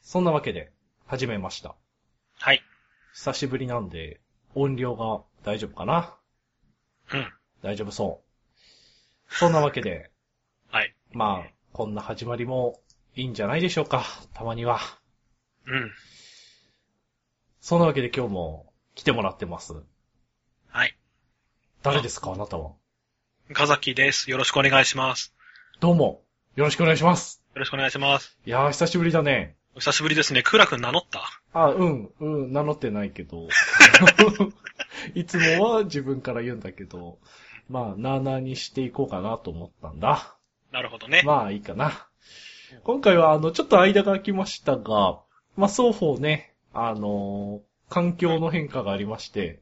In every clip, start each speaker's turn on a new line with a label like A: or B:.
A: そんなわけで、始めました。
B: はい。
A: 久しぶりなんで、音量が大丈夫かな
B: うん。
A: 大丈夫そう。そんなわけで、
B: はい。
A: まあ、こんな始まりもいいんじゃないでしょうか。たまには。
B: うん。
A: そんなわけで今日も来てもらってます。
B: はい。
A: 誰ですかあなたは。
B: ガザキです。よろしくお願いします。
A: どうも、よろしくお願いします。
B: よろしくお願いします。
A: いやー、久しぶりだね。
B: お久しぶりですね。クーラ君名乗った
A: あ、うん、うん、名乗ってないけど。 いつもは自分から言うんだけど、まあ、なあなあにしていこうかなと思ったんだ。
B: なるほどね。
A: まあ、いいかな。今回は、あの、ちょっと間が空きましたが、まあ、双方ね、あのー環境の変化がありまして、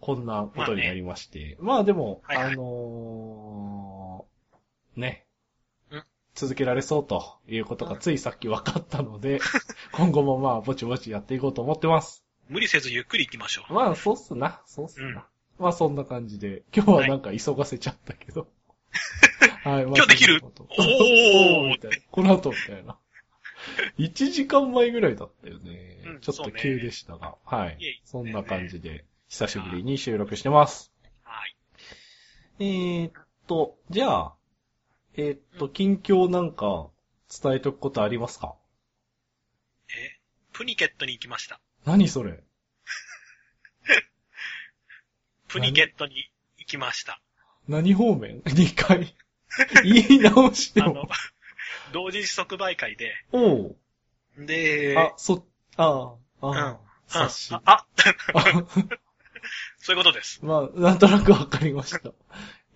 A: こんなことになりまして。まあ、でも、
B: はいはい
A: あのーね
B: うん。
A: 続けられそうということがついさっき分かったので、 今後もまあ、ぼちぼちやっていこうと思ってます。
B: 無理せずゆっくり行きましょう。
A: まあ、そうっすな、そうっすな。まあ、そんな感じで、今日はなんか急がせちゃった けど。はい、まあ
B: 今日できる
A: そんなこと
B: おー
A: みたいな。この後みたいな。1時間前ぐらいだったよね。
B: うん
A: ちょっと急でしたが。はい
B: いえいえ。
A: そんな感じで、久しぶりに収録してます。
B: はい。
A: えーっと、じゃあ、えーっと、近況なんか伝えとくことありますか
B: えプニケットに行きました。
A: 何それ
B: プニケットに行きました。
A: 何方面 ?2 回。言い直して
B: あの
A: も。、
B: 同時即売会で、
A: おう。
B: で、
A: あ、そ、ああ、あ
B: うん
A: あ、
B: うん
A: 察し
B: あ。あ、
A: あ
B: そういうことです。
A: まあ、なんとなくわかりました。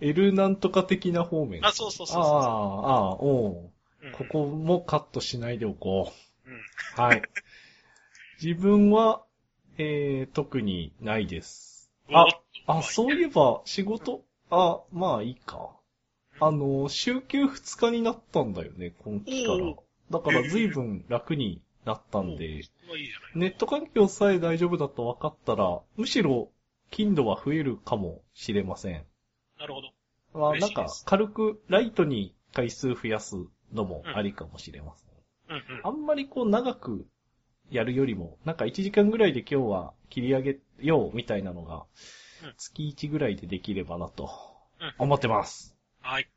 A: L なんとか的な方面。
B: あ、そうそうそう
A: あ
B: そ
A: あ、ああ、おう
B: う。うん
A: ここもカットしないでおこ
B: うん。
A: う。はい。自分は、えー、特にないです。あ
B: おっと
A: あ、そういえば、仕事、あ、まあいいか。あの、週休2日になったんだよね、今期から
B: おう。
A: だから随分楽になったんで、
B: もういいじゃない。
A: ネット環境さえ大丈夫だと分かったら、むしろ、頻度は増えるかもしれません。
B: なるほど。
A: まあ、
B: 嬉
A: な
B: し
A: ん
B: いです
A: か、軽く、ライトに回数増やすのもありかもしれません。
B: うんうん。
A: あんまりこう、長くやるよりも、なんか1時間ぐらいで今日は切り上げようみたいなのが
B: うん、
A: 月1ぐらいでできればなと
B: うん、
A: 思ってます。
B: はい。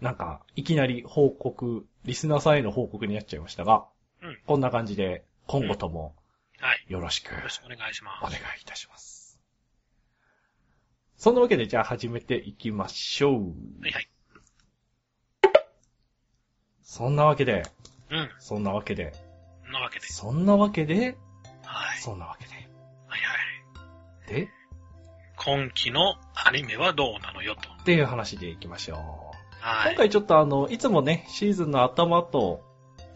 A: なんか、いきなり報告、リスナーさんへの報告になっちゃいましたが、
B: うん
A: こんな感じで、今後とも
B: はい。
A: よろしく
B: よろしくお願いし
A: お
B: ま
A: 願い
B: す。
A: いたします。そんなわけで、じゃあ始めていきましょう。
B: はいはい。
A: そんなわけで、
B: うん。
A: そんなわけで、
B: そんなわけで。
A: そんなわけで、
B: はい。
A: そんなわけ
B: はいはい。
A: で。で、
B: 今期のアニメはどうなのよと。
A: っていう話でいきましょう。
B: は
A: 今
B: い。
A: 回ちょっとあの、いつもね、シーズンの頭と、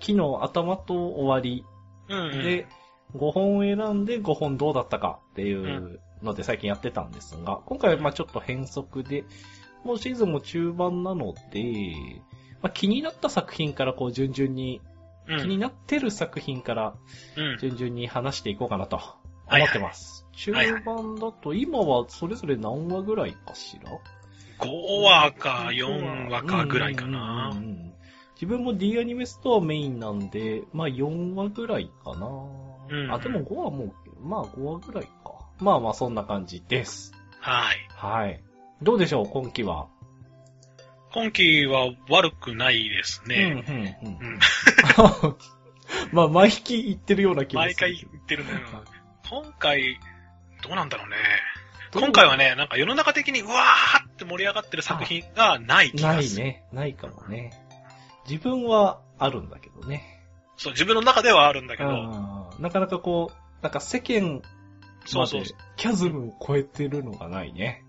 A: 期の頭と終わり
B: うんうん、
A: で、5本選んで5本どうだったかっていうので最近やってたんですが、今回はまあちょっと変則で、もうシーズンも中盤なので、まあ、気になった作品からこう順々に、
B: うん、
A: 気になってる作品から
B: うん、
A: 順々に話していこうかなと
B: いはい
A: 思ってます。
B: はいはい
A: 中盤だと今はそれぞれ何話ぐらいかしら
B: 5話か4話かぐらいかな。
A: うんうんうんうん自分も D アニメストアメインなんで、まあ4話ぐらいかな。
B: うん
A: あ、でも5話もう、まあ5話ぐらいか。まあまあそんな感じです。
B: はい。
A: はい。どうでしょう、今期は。
B: 今期は悪くないですね。
A: うん、うん、
B: う
A: うん。
B: ん。
A: まあ、毎期言ってるような気がする。
B: 毎回言ってるのよ
A: はい。
B: 今回、どうなんだろうね。今回はね、なんか世の中的にうわーって盛り上がってる作品がない気
A: な
B: が
A: い
B: する。
A: ね。ないかもね。自分はあるんだけどね。
B: そう、自分の中ではあるんだけど、
A: うんなかなかこう、なんか世間
B: そ
A: ま
B: うそう
A: で。キャズムを超えてるのがないね。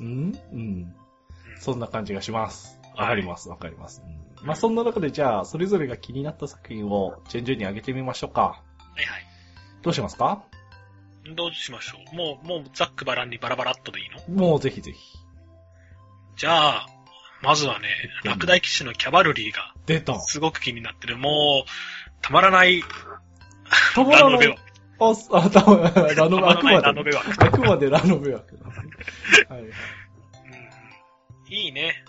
B: うんうん
A: うんうん。そんな感じがします。
B: はい
A: わかります、わかります。うんまあ、そんな中でじゃあ、それぞれが気になった作品を順々に上げてみましょうか。
B: はいはい。
A: どうしますか
B: どうしましょう。もう、もうざっくばらんにバラバラっとでいいの
A: もうぜひぜひ。
B: じゃあ、まずはね、落第騎士のキャバルリーが
A: 出 た。
B: すごく気になってる。もう、たまらない、
A: たま
B: ラ
A: ら
B: ノ
A: な。。
B: ベはい
A: あ、すあ、たま らない。ラ
B: た
A: ノベ、
B: ま
A: あ
B: ら
A: く
B: ないラ
A: ま
B: ノ
A: で。
B: ベ枠。
A: あくまでラノベ枠だね。はい。
B: うんいいね。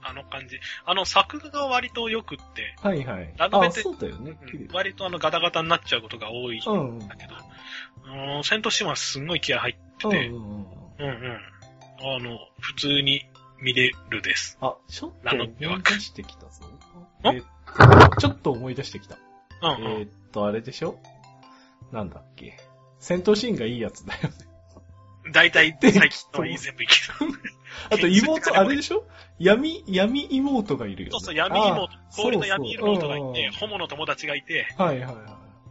B: あの感じ。あの、作画が割と良くって、
A: はいはい。
B: ラノベ
A: あ、
B: って
A: そうだよね。綺麗
B: 割とあのガタガタになっちゃうことが多いん
A: うんうん。うん
B: だけど、うん、戦闘シーンはすんごい気合入って
A: うん
B: て、
A: うん。
B: うんうん。あの、普通に見れるです。
A: あ、ちょっと
B: ラ
A: 思
B: ノ
A: い
B: ベ枠
A: 出してきたぞ。
B: ん
A: えっとちょっと思い出してきた。
B: うん
A: え
B: うん。
A: ーっと、あれでしょなんだっけ。戦闘シーンがいいやつだよ ね。
B: 大体、
A: え
B: 最近のはいい全部いける。
A: あと妹、あれでしょ闇、闇妹がいるよ、ね。
B: そうそう、闇妹、氷の闇妹がいて、
A: そ
B: ホモの友達がいて、
A: うそううんはいはいは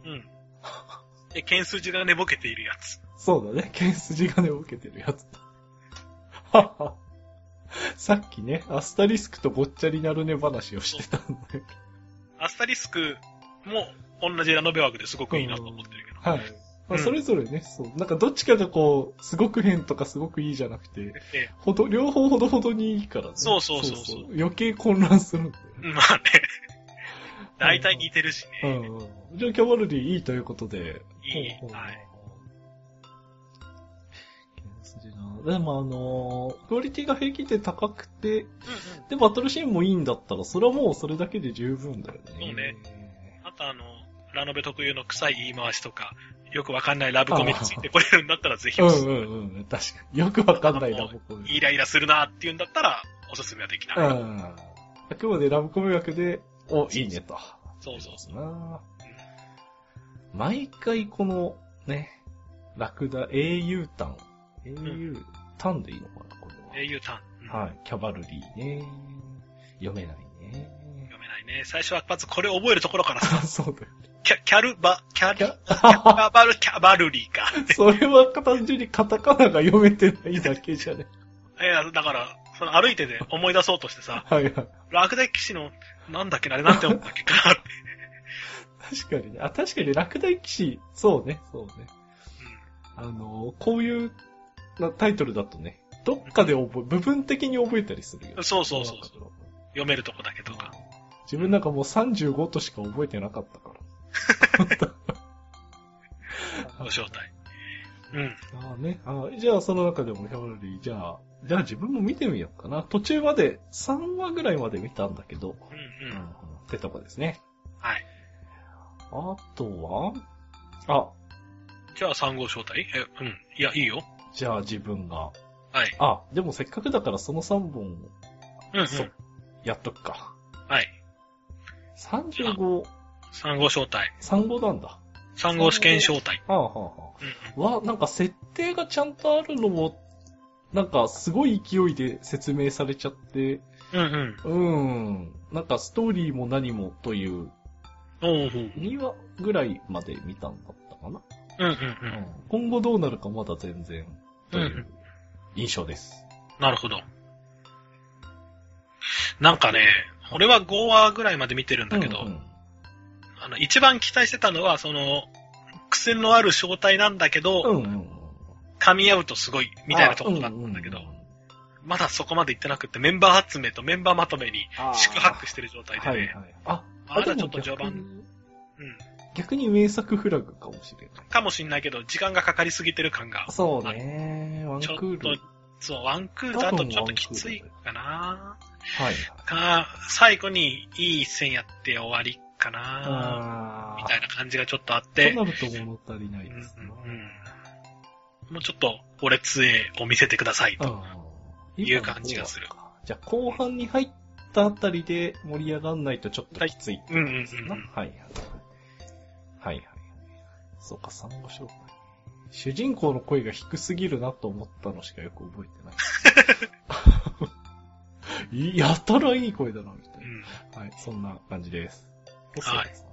A: い。
B: うん。で、剣筋が寝ぼけているやつ。
A: そうだね。 剣筋金を受けてるやつだ。 はは。さっきね、アスタリスクとごっちゃになるね話をしてたんで。
B: アスタリスクも同じラノベ枠ですごくいいなと思ってるけど。
A: はい。まあ、
B: うん
A: それぞれね、そう。なんかどっちかがこう、すごく変とかすごくいいじゃなくて、
B: で
A: ほど、両方ほどほどにいいからね。
B: そうそうそうそう
A: 余計混乱するんだよね。
B: まあね、大体似てるし
A: う
B: ね。
A: んうん。じゃあ、キャバルディいいということで。
B: いい
A: ほうほう
B: はい。
A: 剣筋なでもあのークオリティが平均点高くて、
B: うんうん。
A: で、バトルシーンもいいんだったら、それはもうそれだけで十分だよね。
B: そうね。あとあの、ラノベ特有の臭い言い回しとか、よくわかんないラブコメについてこれるんだったらぜひ
A: う
B: お
A: ん
B: すすめ、
A: うんうん。確かに。よくわかんないな、僕。うん。
B: イライラするなっていうんだったら、おすすめはできない。
A: あくまでラブコメ枠で、お、いいねと。
B: そうそうそう。
A: な毎回この、ね、ラクダ、英雄タン。英雄タンでいいのかな、こ
B: 英
A: れ
B: 雄ターン。。
A: は。はいい。キャバルリーね。読めないね。
B: 読めないね。最初はまずこれを覚えるところからさ、
A: そうだよ。
B: キャキャルバ、キャ
A: キ
B: ル、
A: ャ
B: キャバル、キャバルリーか。
A: それは単純にカタカナが読めてないだけじゃね。
B: えーだから、その歩いてて思い出そうとして さ、
A: はいはい。
B: ラクダ騎士の、なんだっけな、あれなんて思ったっけかなって。
A: 確かにね。あ、確かに落第騎士、そうね、そうね。あの、こういうなタイトルだとね、どっかで覚え、部分的に覚えたりするよ
B: う
A: ね
B: ん。。そうそうそう。
A: う。
B: 読めるとこだけとか。
A: 自分なんかもう35としか覚えてなかったから。
B: ご招待。うん。
A: ああね。ああじゃあその中でもヒャルリー、じゃあ、じゃあ自分も見てみようかな。途中まで3話ぐらいまで見たんだけど。
B: うん
A: う
B: うんん。
A: ってとこですね。
B: はい。
A: あとはあ、
B: じゃあ3号招待え、うん。いや、いいよ。
A: じゃあ自分が。
B: はい。
A: あ、でもせっかくだからその3本を
B: うん、うん。
A: そうやっとくか。
B: はい。
A: 35、
B: 3号招待。
A: 35なんだ。
B: 3号試験招待。
A: はあはあは
B: うんうん。
A: あ。わ、なんか設定がちゃんとあるのも、なんかすごい勢いで説明されちゃって、
B: うん
A: うーん。なんかストーリーも何もという
B: うん。おうほう。
A: 2話ぐらいまで見たんだったかな。
B: うんうんう。
A: うんん、今後どうなるかまだ全然とい
B: んう
A: うん印象です。
B: なるほど。なんかね、俺は5話ぐらいまで見てるんだけど、
A: うんうん
B: あの、一番期待してたのは、その、癖のある正体なんだけど、
A: うんうんうん。
B: 噛み合うとすごい、みたいなところだったんだけど、
A: あうんうんうん
B: まだそこまで行ってなくって、メンバー集めとメンバーまとめに、
A: あー
B: 宿泊してる状態で
A: はい
B: ね、
A: はい。あ、
B: まだちょっと序
A: でも
B: 盤、うん、
A: 逆に。逆に名作フラグかもしれない。
B: かもしんないけど、時間がかかりすぎてる感が、
A: そうね。ワンク
B: ちょっ
A: ー
B: と
A: ル。、
B: そう、ワンクールだとちょっときついかな
A: はい。
B: か、最後にいい線やって終わりかな
A: あ
B: み
A: あ
B: たいな感じがちょっとあっ
A: ー。
B: て、
A: となると物足りないですな。
B: うんうんうんもうちょっと、俺杖を見せてくださいと。
A: あー
B: いう感じがする。
A: じゃあ後半に入ったあたりで盛り上がんないとちょっときつい
B: うんうんうん
A: ですな。はい。はいはい。そうか、三語紹介。主人公の声が低すぎるなと思ったのしかよく覚え てない。いやたらいい声だな、みた
B: う
A: い
B: ん。
A: な。はい、そんな感じです。
B: はい
A: 細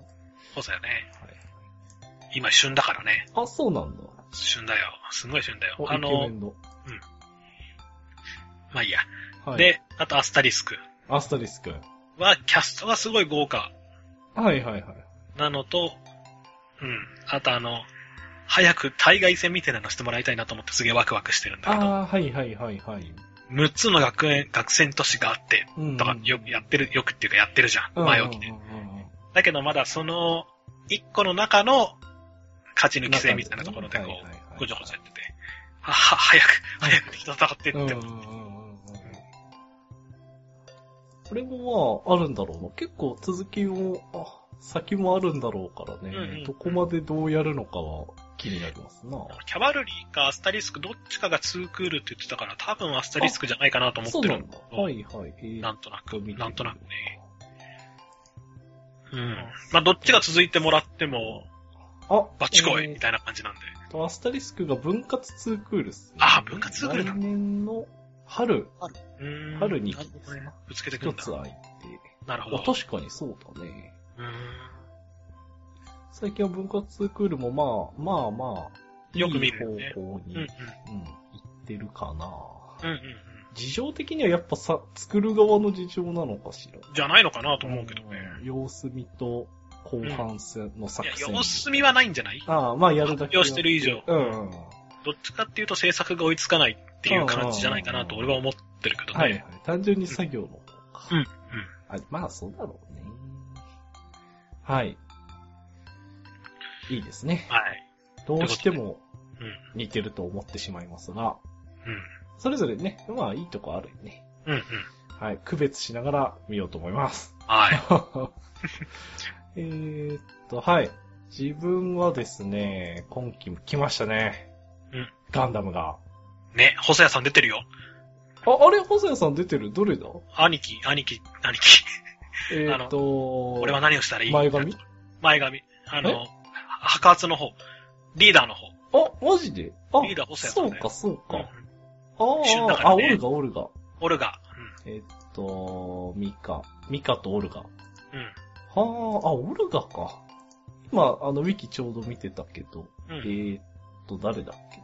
B: そうだよね。
A: 田さんはい
B: 今旬だからね。
A: あ、そうなんだ。
B: 旬だよ。すごい旬だよ。
A: お
B: あ
A: イケメ
B: の、
A: ンの。
B: まあいいや。
A: はい、
B: で、あとアスタリスク
A: アスタリス君。
B: は、キャストがすごい豪華
A: はいはいはい。
B: なのと、うん。あとあの、早く対外戦みたいなのしてもらいたいなと思ってすげえワクワクしてるんだけど、
A: ああー、はいはいはいはい。
B: 6つの学園、学生都市があって、
A: うん
B: とかよくやってる、よくっていうかやってるじゃん。前置きで
A: うん。うんうん
B: だけどまだその、1個の中の勝ち
A: うん
B: 抜き戦みたいなところでこ
A: はいはいは
B: う、
A: い
B: ごちゃごちゃやってて、は、は、早く、早く戦ってって
A: うんうんうん
B: 思って
A: うんうんそれもまあ、あるんだろうな。結構続きも、あ、先もあるんだろうからね、
B: うんうん
A: どこまでどうやるのかは気になりますな。
B: キャバルリーかアスタリスクどっちかが2クールって言ってたから、多分アスタリスクじゃないかなと思っ
A: そう
B: て
A: な
B: る
A: んだ。はいはい。えー
B: なんとなく、
A: 見てみる
B: なんとなくね。うん。まあ、どっちが続いてもらっても、
A: あ、
B: バチコイ
A: えー
B: みたいな感じなんで。
A: と、アスタリスクが分割ツークールっすね。
B: あ文化ツークールだ
A: 来年の春、
B: うん
A: 春に
B: なるほどねぶつけてく
A: 一
B: るんだ
A: つ。空いて。
B: なるほ
A: あ、
B: ど。
A: 確かにそうだね。
B: うん。
A: 最近は分割ツークールもまあ、まあまあ、
B: よく見るよ
A: い
B: ね
A: い方向に、
B: うんう
A: う
B: ん。
A: ん、行ってるかな。
B: うんうん
A: 事情的にはやっぱさ、作る側の事情なのかしら。
B: うん。じゃないのかなと思うけどね。
A: うん様子見と後半戦の
B: い
A: 作
B: や、
A: 戦。
B: 様子見はないんじゃない
A: ああ、まあやるだけ
B: 発
A: やる。
B: 表してる以上。
A: うんうん。
B: どっちかっていうと制作が追いつかないっていう感じじゃないかなと俺は思ってるけど
A: はいはい
B: ね。。
A: 単純に作業の方か。
B: うん。うん。
A: あ、まあそうだろうね。はい。いいですね。
B: はい。
A: どうしても
B: うん。
A: 似てると思ってしまいますが、
B: うん。
A: それぞれね、まあいいとこあるよね。
B: うんうん。
A: はい。区別しながら見ようと思います。
B: はい。
A: えーっと、はい。自分はですね、今期も来ましたね。
B: うん。
A: ガンダムが。
B: ね、細谷さん出てるよ。
A: あ、あれ、細谷さん出てるどれだ
B: 兄貴、兄貴、兄貴。
A: えーっと、
B: 俺は何をしたらいい
A: 前髪
B: 前髪。あ
A: え
B: の、白髪の方。リーダーの方。
A: あ、マジであ、
B: リーダー細谷さ
A: そ
B: ん
A: う
B: だ
A: か、
B: よ
A: そう
B: う
A: か。
B: ん
A: あー
B: 一緒だか
A: あ、
B: ら
A: オ
B: ね
A: ルガ、オルガ。
B: オルガ。
A: えーっと、ミカ。ミカとオルガ。は
B: うん。
A: あ、あ、オルガか。今、あの、ウィキちょうど見てたけど、
B: うん。うん。
A: えーっと、誰だっけな。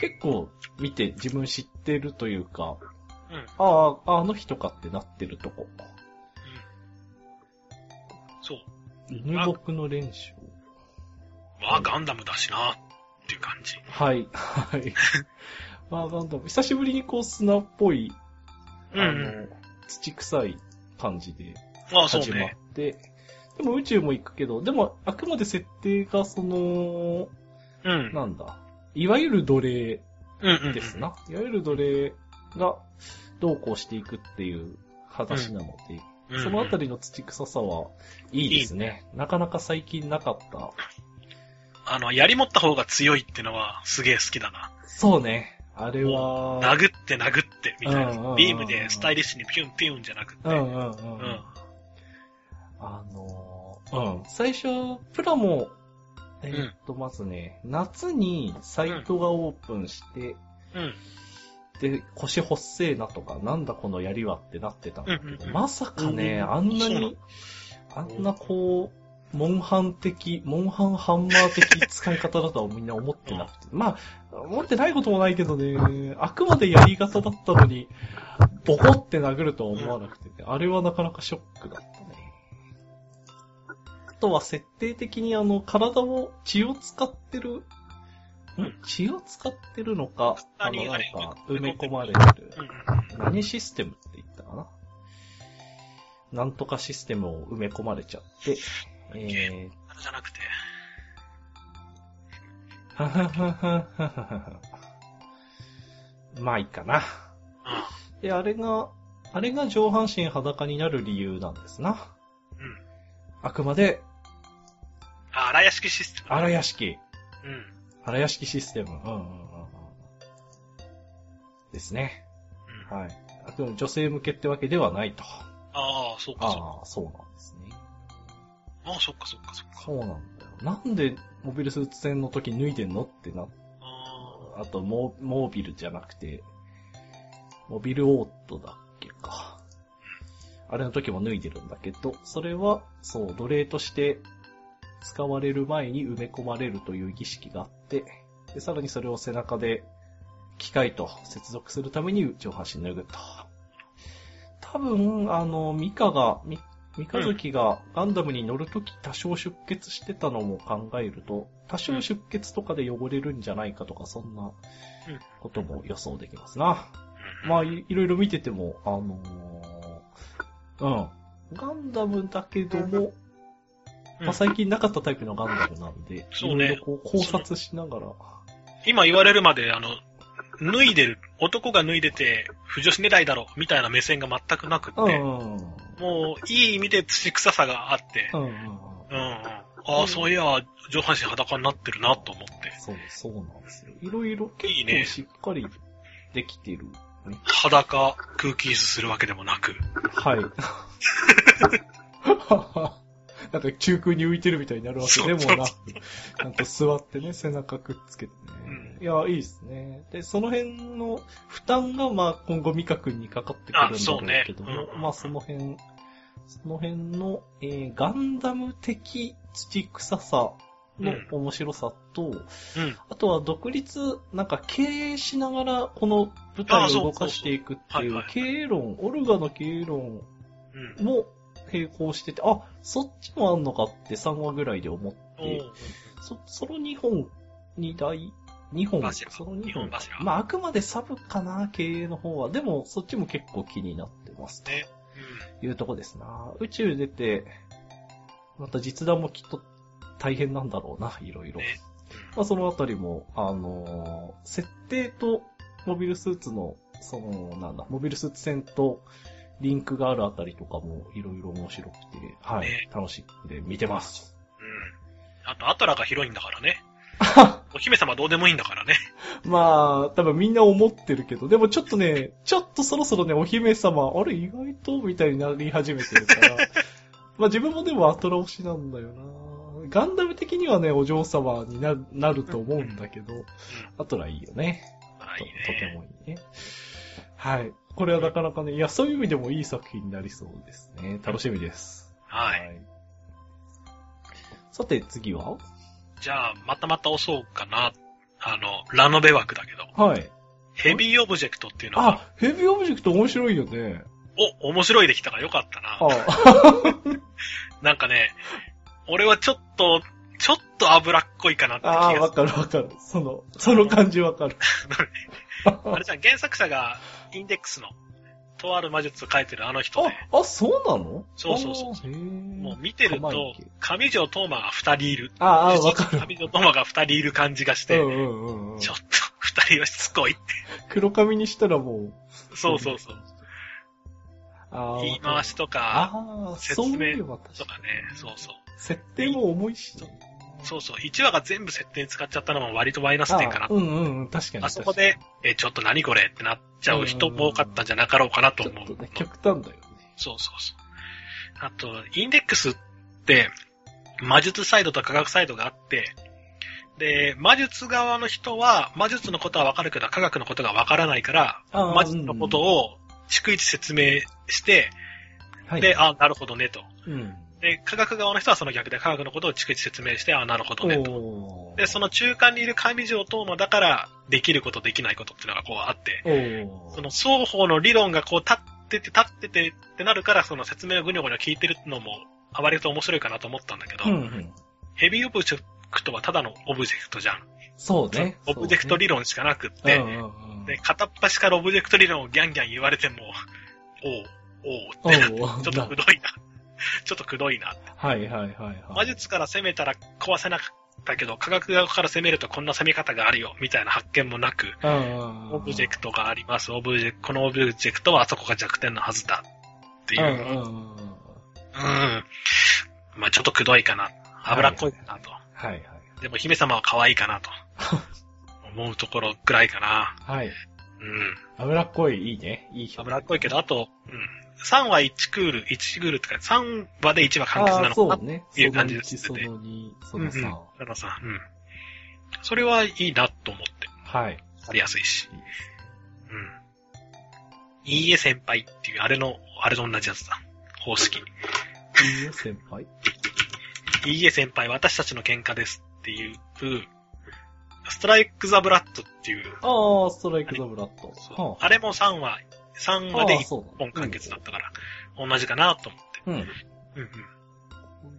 A: 結構見て自分知ってるというか、
B: うん。
A: ああ、あの人かってなってるとこ。
B: そう。
A: 犬僕の練習。
B: まあ、ガンダムだしな、っていう感じ。
A: はい、はい。 まあ、ガンダム、久しぶりにこう砂っぽい、
B: うん
A: あの、土臭い感じで
B: まあ、そう
A: 始まっ
B: ね。
A: て、でも宇宙も行くけど、でもあくまで設定がその、
B: うん。
A: なんだ、いわゆる奴隷
B: うんうんうん。
A: ですな。いわゆる奴隷がどうこうしていくっていう話なので、
B: うんうん。
A: そのあたりの土臭さはいいですね。なかなか最近なかった。
B: あの、槍持った方が強いってのは、すげえ好きだな。
A: そうね。あれは、
B: 殴って殴って、みたい
A: うんうんうん
B: な。ビームでスタイリッシュにピュンピュンじゃなくて。
A: う
B: うんん。
A: うんうん。あのーうん。最初、プラも、えーっと、まずね、夏にサイトがオープンして、
B: うん。
A: で、腰ほっせえなとか、なんだこの槍はってなってたんだけど、
B: うんうんうん
A: まさかね、
B: うん
A: あんな
B: そうな
A: に
B: の、
A: あんなこう、モンハン的、モンハンハンマー的使い方だとはみんな思ってなくて。まあ、思ってないこともないけどね、あくまでやり方だったのに、ボコって殴るとは思わなくてね、あれはなかなかショックだったね。あとは設定的にあの、体を血を使ってる、ん血を使ってるのか、あの、
B: 何
A: な
B: あ
A: ん
B: れ
A: か埋め込まれてる。
B: うん。
A: 何システムって言ったかななんとかシステムを埋め込まれちゃって、えー、
B: あれじゃなくて。
A: はははははは まあいいかな。で、あれが、あれが上半身裸になる理由なんですな。
B: うん。うん。
A: あくまで、
B: あ、荒屋敷システム。
A: 荒屋敷。
B: うん。
A: 荒屋敷システム。うんうんうんうん。ですね。
B: うん。
A: はい。あくまで女性向けってわけではないと。
B: ああ、そうか、そうか。
A: ああ、そうなんですね。
B: ああ、そっか、そっか、そっか。
A: そうなんだよ。なんでモビルスーツ戦の時脱いでんのってな、
B: あ
A: あとモ、モービルじゃなくて、モビルオートだっけか。あれの時も脱いでるんだけど、それは、そう、奴隷として使われる前に埋め込まれるという儀式があって、で、さらにそれを背中で機械と接続するために上半身脱ぐと。多分、あの、ミカが、ミ三日月がガンダムに乗るとき多少出血してたのも考えると、多少出血とかで汚れるんじゃないかとか、そんなことも予想できますな。
B: あ。
A: まあ、
B: あ、
A: いいろいろ見てても、あのーうん。ガンダムだけども、まあ、最近なかったタイプのガンダムなんで、
B: そう
A: いろ
B: ね
A: いろこう考察しながら、
B: 今言われるまで、あの、脱いでる、男が脱いでて、不女子狙いだろ、みたいな目線が全くなくって、
A: うん。
B: もう、いい意味で土臭さがあって、
A: うんうん。
B: うん。ああ、そういや、上半身裸になってるなと思って。
A: そう、そうなんですよ。いろいろ結
B: いい
A: 構
B: ね
A: しっかりできてる。
B: 裸、空気椅子するわけでもなく。
A: はい。 なんか中空に浮いてるみたいになるわけでもなく、ちゃんと座ってね、背中くっつけてね。
B: う
A: いや、いいですね。で、その辺の負担が、まあ、今後、美香君にかかってくるんだろうけど
B: あそうね
A: も、
B: うん
A: まあ、その辺、その辺の、えーガンダム的土臭さの面白さと、
B: うん。
A: あとは独立、なんか経営しながらこの舞台を動かしていくってい
B: あそうそうそう
A: う
B: はいはい
A: 経営論、オルガの経営論
B: うん。
A: も並行してて、あ、そっちもあんのかって3話ぐらいで思って、
B: おー
A: そその2本、2台 ?2 本、
B: 柱
A: その2
B: 日
A: 本
B: 本。柱。
A: まあ、あくまでサブかな、経営の方は。でも、そっちも結構気になってます。
B: ね。
A: というとこですな。宇宙出て、また実弾もきっと大変なんだろうな、いろい
B: うん。
A: ろ。
B: ね。
A: まあ、そのあたりも、あのー設定とモビルスーツの、その、なんだ、モビルスーツ戦とリンクがあるあたりとかもいろいろ面白くて、はい、
B: ね
A: 楽しんで見てます。
B: うん。あと、アトラが広いんだか らね。お姫様どうでもいいんだからね。
A: まあ、多分みんな思ってるけど、でもちょっとね、ちょっとそろそろね、お姫様、あれ意外とみたいになり始めてる から、まあ自分もでもアトラ推しなんだよな。ガンダム的にはね、お嬢様にななると思うんだけど、アトラいいよね。
B: ああ、い
A: と
B: い
A: とて
B: ね。
A: もいいね。はい。これはなかなかね、いや、そういう意味でもいい作品になりそうですね。楽しみです。
B: はい。
A: さて、次は
B: じゃあ、またまた押そうかな。あの、ラノベ枠だけど。
A: はい。
B: ヘビーオブジェクトっていうのが、
A: あ、ヘビーオブジェクト面白いよね。
B: お、面白いできたからよかったな。
A: あ、
B: なんかね、俺はちょっと、ちょっと脂っこいかなって気
A: あー
B: が
A: わ
B: す
A: かるわかる。その、その感じわかる。
B: る。あれじゃん、原作者がインデックスの、とある魔術を書いてるあの人で、
A: あ、あ、そうなの
B: そうそうそう
A: あーへー
B: もう見てる
A: 構
B: と
A: えんけ、
B: 上条東馬が二人いる。
A: あーあー、
B: 主
A: わ
B: 人
A: か
B: 公
A: る。
B: 上条東馬が二人いる感じがし
A: う
B: て、
A: んうんうんうん
B: ちょっと二人はしつこいって。
A: 黒髪にしたらもう、
B: そうそうそう。
A: あー
B: 言い回しとか、
A: ああ、
B: 説
A: そ
B: 明
A: ういえば確
B: と
A: か
B: か
A: に
B: ね、そうそう。
A: 設定も重いしね。
B: そうそう。1話が全部設定に使っちゃったのも割とマイナス点かな
A: あ。うんうんうん、確かに。
B: あそこで、え、ちょっと何これってなっちゃう人も多かったんじゃなかろうかなと
A: 確か
B: 思
A: に、
B: う
A: ちょっとね、極端だよね。
B: そうそうそう。あと、インデックスって、魔術サイドと科学サイドがあって、で、魔術側の人は、魔術のことはわかるけど、科学のことがわからないから、
A: あー
B: 魔術のことを逐一説明して、
A: はい。
B: で、あ、なるほどねと。
A: うん。
B: で、科学側の人はその逆で科学のことを逐一説明して、あ、なるほどねと。
A: おー
B: で、そ、の中間にいる上条東馬だから、できることできないことっていうのがこうあって、
A: おー
B: その双方の理論がこう立ってて立っててってなるから、その説明をぐにょぐにょ聞いてるのも、あまりと面白いかなと思ったんだけど、
A: うんうん。
B: ヘビーオブジェクトはただのオブジェクトじゃん。
A: そうね。
B: オブジェクト理論しかなくって、
A: そうねうんうんうん
B: で、片っ端からオブジェクト理論をギャンギャン言われても、おう、おうって、
A: おー
B: ちょっとくどいな。ちょっとくどいな。
A: はいはいはいはい。
B: 魔術から攻めたら壊せなかったけど、科学側から攻めるとこんな攻め方があるよ、みたいな発見もなく、
A: うんうんうん、
B: オブジェクトがあります。オブジェこのオブジェクトはあそこが弱点のはずだ。っていう。
A: うんうんうんうん。
B: うん。まあちょっとくどいかな。脂っこいかなと。
A: はいはい。
B: でも姫様は可愛いかなと。思うところぐらいかな。
A: はい。
B: うん。
A: 脂っこい、いいね。いい表現
B: 脂っこいけど、あと、うん。3話1クール、1クールとか、3話で1話完結なのかな
A: あー
B: っ
A: そうね。
B: ていう感じです
A: その1、その2、その
B: うんう
A: 3
B: ん。たださ、うん。それはいいなと思って。
A: はい。
B: ありやすいし。うん。いいえ先輩っていう、あれの、あれと同じやつだ。方式。
A: いいよ、先 輩。
B: いいえ先輩、私たちの喧嘩ですっていう、ストライク・ザ・ブラッドっていう、
A: ああ、ストライク・ザ・ブラッド。は
B: あれも3話、3話
A: あ
B: で
A: あ
B: 1
A: そうだね
B: 本完結だったから、同じかなと思って。
A: あうん。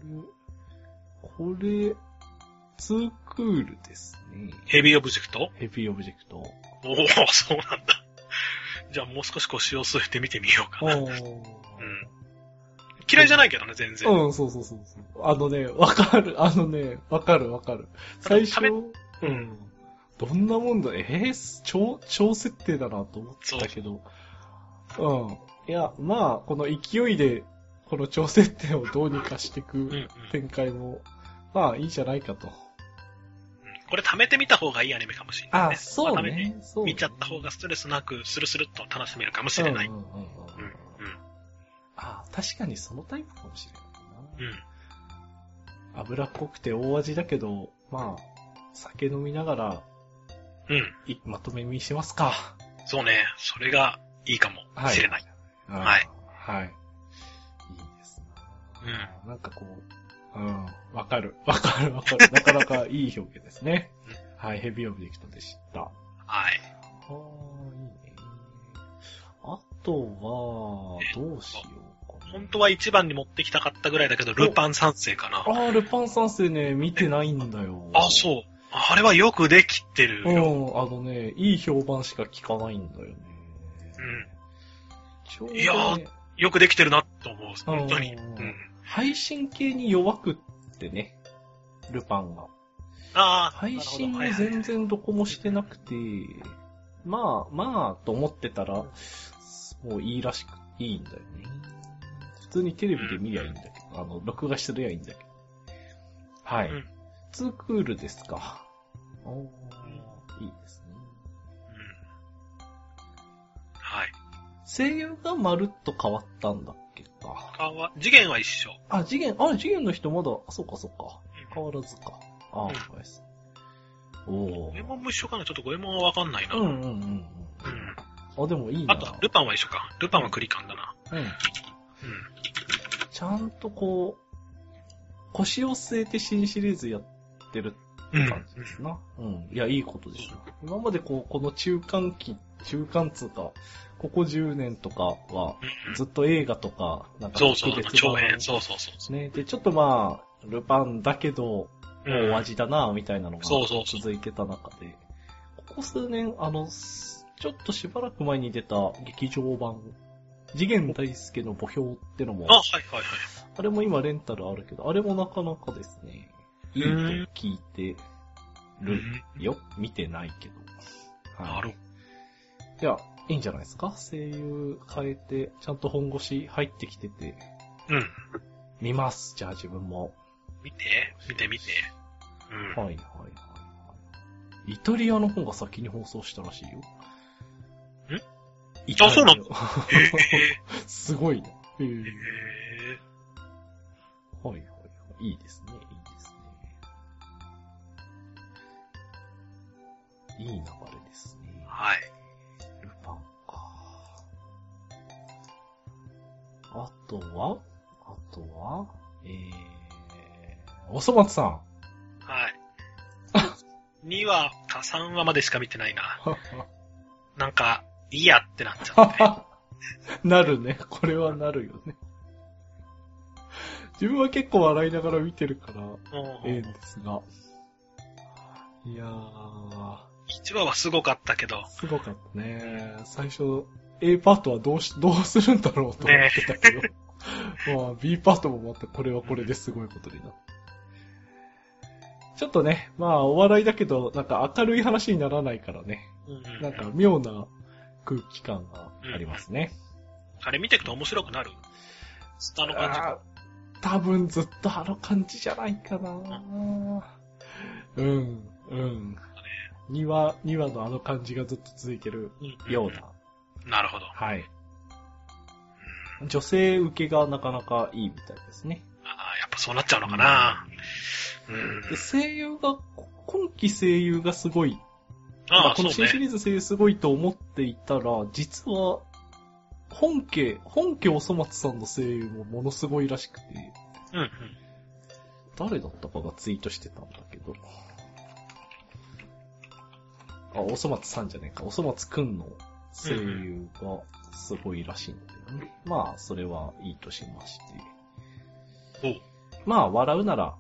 B: うんうん。
A: これ、これ、ツークールですね。
B: ヘビーオブジェクト
A: ヘビーオブジェクト。
B: おお、そうなんだ。じゃあもう少し腰を据えて見てみようかな。嫌いじゃないけどね、全然。
A: うん、そうそうそうそう。あのね、わかる、あのね、わかるわかる。最初、
B: ため
A: うん。どんなもんだ、えー、超、超設定だなと思ってたけど。うん。いや、まあ、この勢いで、この超設定をどうにかしてい
B: うんう
A: く
B: ん
A: 展開も、まあ、いいんじゃないかと。
B: これ貯めてみた方がいいアニメかもしれない
A: あ
B: で、す。
A: そう
B: 貯めて
A: ね。そうね
B: 見ちゃった方がストレスなく、スルスルっと楽しめるかもしれない。
A: う
B: うん
A: うんうんうん
B: ん。
A: あー確かにそのタイプかもしれ
B: う
A: ない
B: ん。
A: な。脂っこくて大味だけど、まあ、酒飲みながら、
B: うん。
A: いまとめ見しますか。
B: そうね。それがいいかもしれない。
A: はい。はい。いいですね。なんかこう、うん、わかる。 わかるわかる。なかなかいい表現ですね。はい、ヘビーオブジェクトでした。
B: はい。
A: ああ、いいね。あとは、どうしようかな。
B: 本当は一番に持ってきたかったぐらいだけど、ルパン三世かな。
A: ああ、ルパン三世ね、見てないんだよ。
B: あ、そう。あれはよくできてる
A: う
B: よ。
A: ん、あのね、いい評判しか聞かないんだよね。
B: うん
A: ちょうど、
B: いや
A: ね
B: ー、よくできてるなと思う。本当に。
A: う
B: うんん。
A: 配信系に弱くってね、ルパンが。
B: ああ、
A: 配信
B: なる
A: も
B: ほどはいはい
A: 全然どこもしてなくて、まあ、まあ、と思ってたら、もういいらしく、いいんだよね。普通にテレビで見りゃいいんだけど、あの、録画すりゃいいんだけど。はい。
B: うん
A: ツークールですか。おー、いいですね。
B: うんはい。
A: 声優がまるっと変わったんだっけか。
B: 他は、次元は一緒。
A: あ、次元、あ、次元の人まだ、あそうかそうか。変わらずか。あ、
B: うん
A: そうです。お
B: 五右衛
A: ー。
B: 門も一緒かなちょっと五右衛門はわかんないな。
A: うんう
B: う。
A: んんうんうん。あ、でもいいな。
B: あと、ルパンは一緒か。ルパンはクリカンだな。
A: うん。
B: うん。
A: ちゃんとこう、腰を据えて新シリーズやってる
B: う
A: っ
B: ん
A: て感じですな。うん。いや、いいことですよ。今までこう、この中間期、中間つうか、ここ10年とかは、ずっと映画とか、なんか、
B: そうそう、
A: 特別版
B: 長編。そうそうそうそ
A: ね。で、ちょっとまあ、ルパンだけど、
B: う。
A: もうお
B: うん。
A: 味だな、みたいなのが
B: そうそうそう
A: 続いてた中で、ここ数年、あの、すちょっとしばらく前に出た劇場版、次元大介の墓標ってのも、
B: あ、はいはいはい。
A: あれも今レンタルあるけど、あれもなかなかですね、いいと聞いて
B: う
A: る
B: ん
A: よ。見てないけど。はい
B: なるほ
A: いや、いいんじゃないですか声優変えて、ちゃんと本腰入ってきてて、
B: ど。うん。
A: 見ます。じゃあ自分も。
B: 見て、見て見て。うん。
A: はいはいはいはい。イタリアの方が先に放送したらしいよ。
B: ん
A: イタリア
B: あそうな
A: の
B: えー え
A: すごいね。えー
B: ーえ
A: はいはいはい。いいですね、いいですね。いい流れですね
B: ー。はい。
A: ルパンか。あとはあとはえー、おそ松さ ん。
B: はい。2話か3話までしか見てないな。なんか、いいやってなっちゃ っ て。
A: なるね。これはなるよね。自分は結構笑いながら見てるから、
B: もう
A: ええんですが。いやー、
B: 1話はすごかったけど、
A: すごかったね。最初、A パートはどうし、どうするんだろうと思ってたけど。 まあ、B パートもまたこれはこれですごいことになって。ちょっとね、まあ、お笑いだけど、なんか明るい話にならないからね。なんか妙な空気感がありますね。
B: あれ見ていくと面白くなるスタの感じ。
A: あー多分ずっとあの感じじゃないかな。うん、うん。2話、2話のあの感じがずっと続いてる
B: うん
A: ような。
B: なるほど。
A: はい。女性受けがなかなかいいみたいですね。
B: あーやっぱそうなっちゃうのかな。うん。
A: で声優が、こ今期声優がすごい。ま
B: あ
A: あ
B: あ、
A: こ
B: そう
A: の新シ
B: ね。
A: リーズ声優すごいと思っていたら、実は、本家、本家おそ松さんの声優もものすごいらしくて、
B: うんうん。
A: 誰だったかがツイートしてたんだけど。あ、おそ松さんじゃねえか。おそ松くんの声優がすごいらしいんだよね。まあ、それはいいとしまして。
B: おう
A: まあ、笑うなら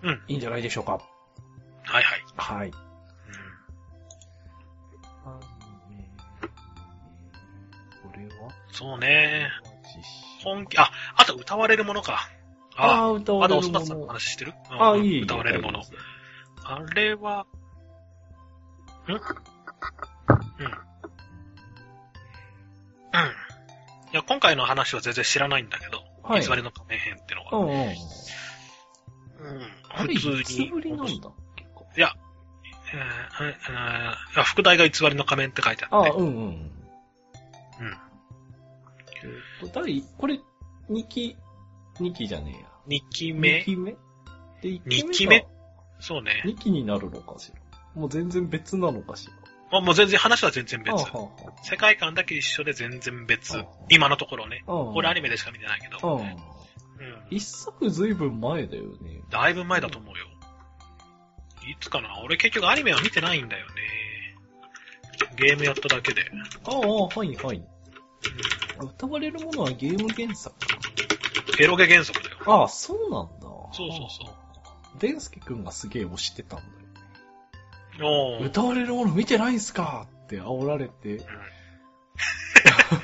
B: うん。
A: いいんじゃないでしょうか。
B: はいはい。
A: はい。
B: う
A: これは
B: んそうね。
A: 実写。
B: 本気、あ、あと歌われるものか。あ
A: あー、歌
B: あ、
A: わ
B: まだ
A: れ
B: お
A: る
B: そ
A: も
B: 松さんの
A: の。
B: 話してるうん
A: あー、いい。
B: 歌われるもの
A: いい。
B: あれは、うん。うん。いや、今回の話は全然知らないんだけど、
A: はい
B: 偽りの仮面編っての
A: う
B: は。
A: んうん。あ
B: うん。
A: れ、い
B: 普
A: つ
B: 通に。
A: ぶりなんだ
B: い
A: っけか
B: や、えーえーえーあ副題が偽りの仮面って書いてあ
A: あ
B: って
A: あ、。うんうん。うん。えっと、第、これ、2期、2期じゃねえや。
B: 2期
A: 2
B: 目
A: 期目で、1
B: 二
A: 期
B: 期
A: 目
B: 目
A: が
B: そうね。
A: 2期になるのかしら。もう全然別なのかし
B: あもう全然話は全然
A: ら。
B: 別。
A: ああはあは
B: 世界観だけ一緒で全然別
A: ああ。
B: 今のところね。
A: あうん。
B: 俺アニメでしか見てないけど。
A: うん。
B: うん。
A: 一作ずいぶん前だよね。
B: だいぶ前だと思うよ。いつかな俺結局アニメは見てないんだよね。ゲームやっただけで。
A: ああ、はいはい。歌われるものはゲーム原作。
B: エロゲ原則だよ。
A: ああ、そうなんだ。。
B: そうそうそう
A: デンスケ君がすげえ推してたんだよ。
B: おー
A: 歌われるもの見てないんすかって煽られて、
B: う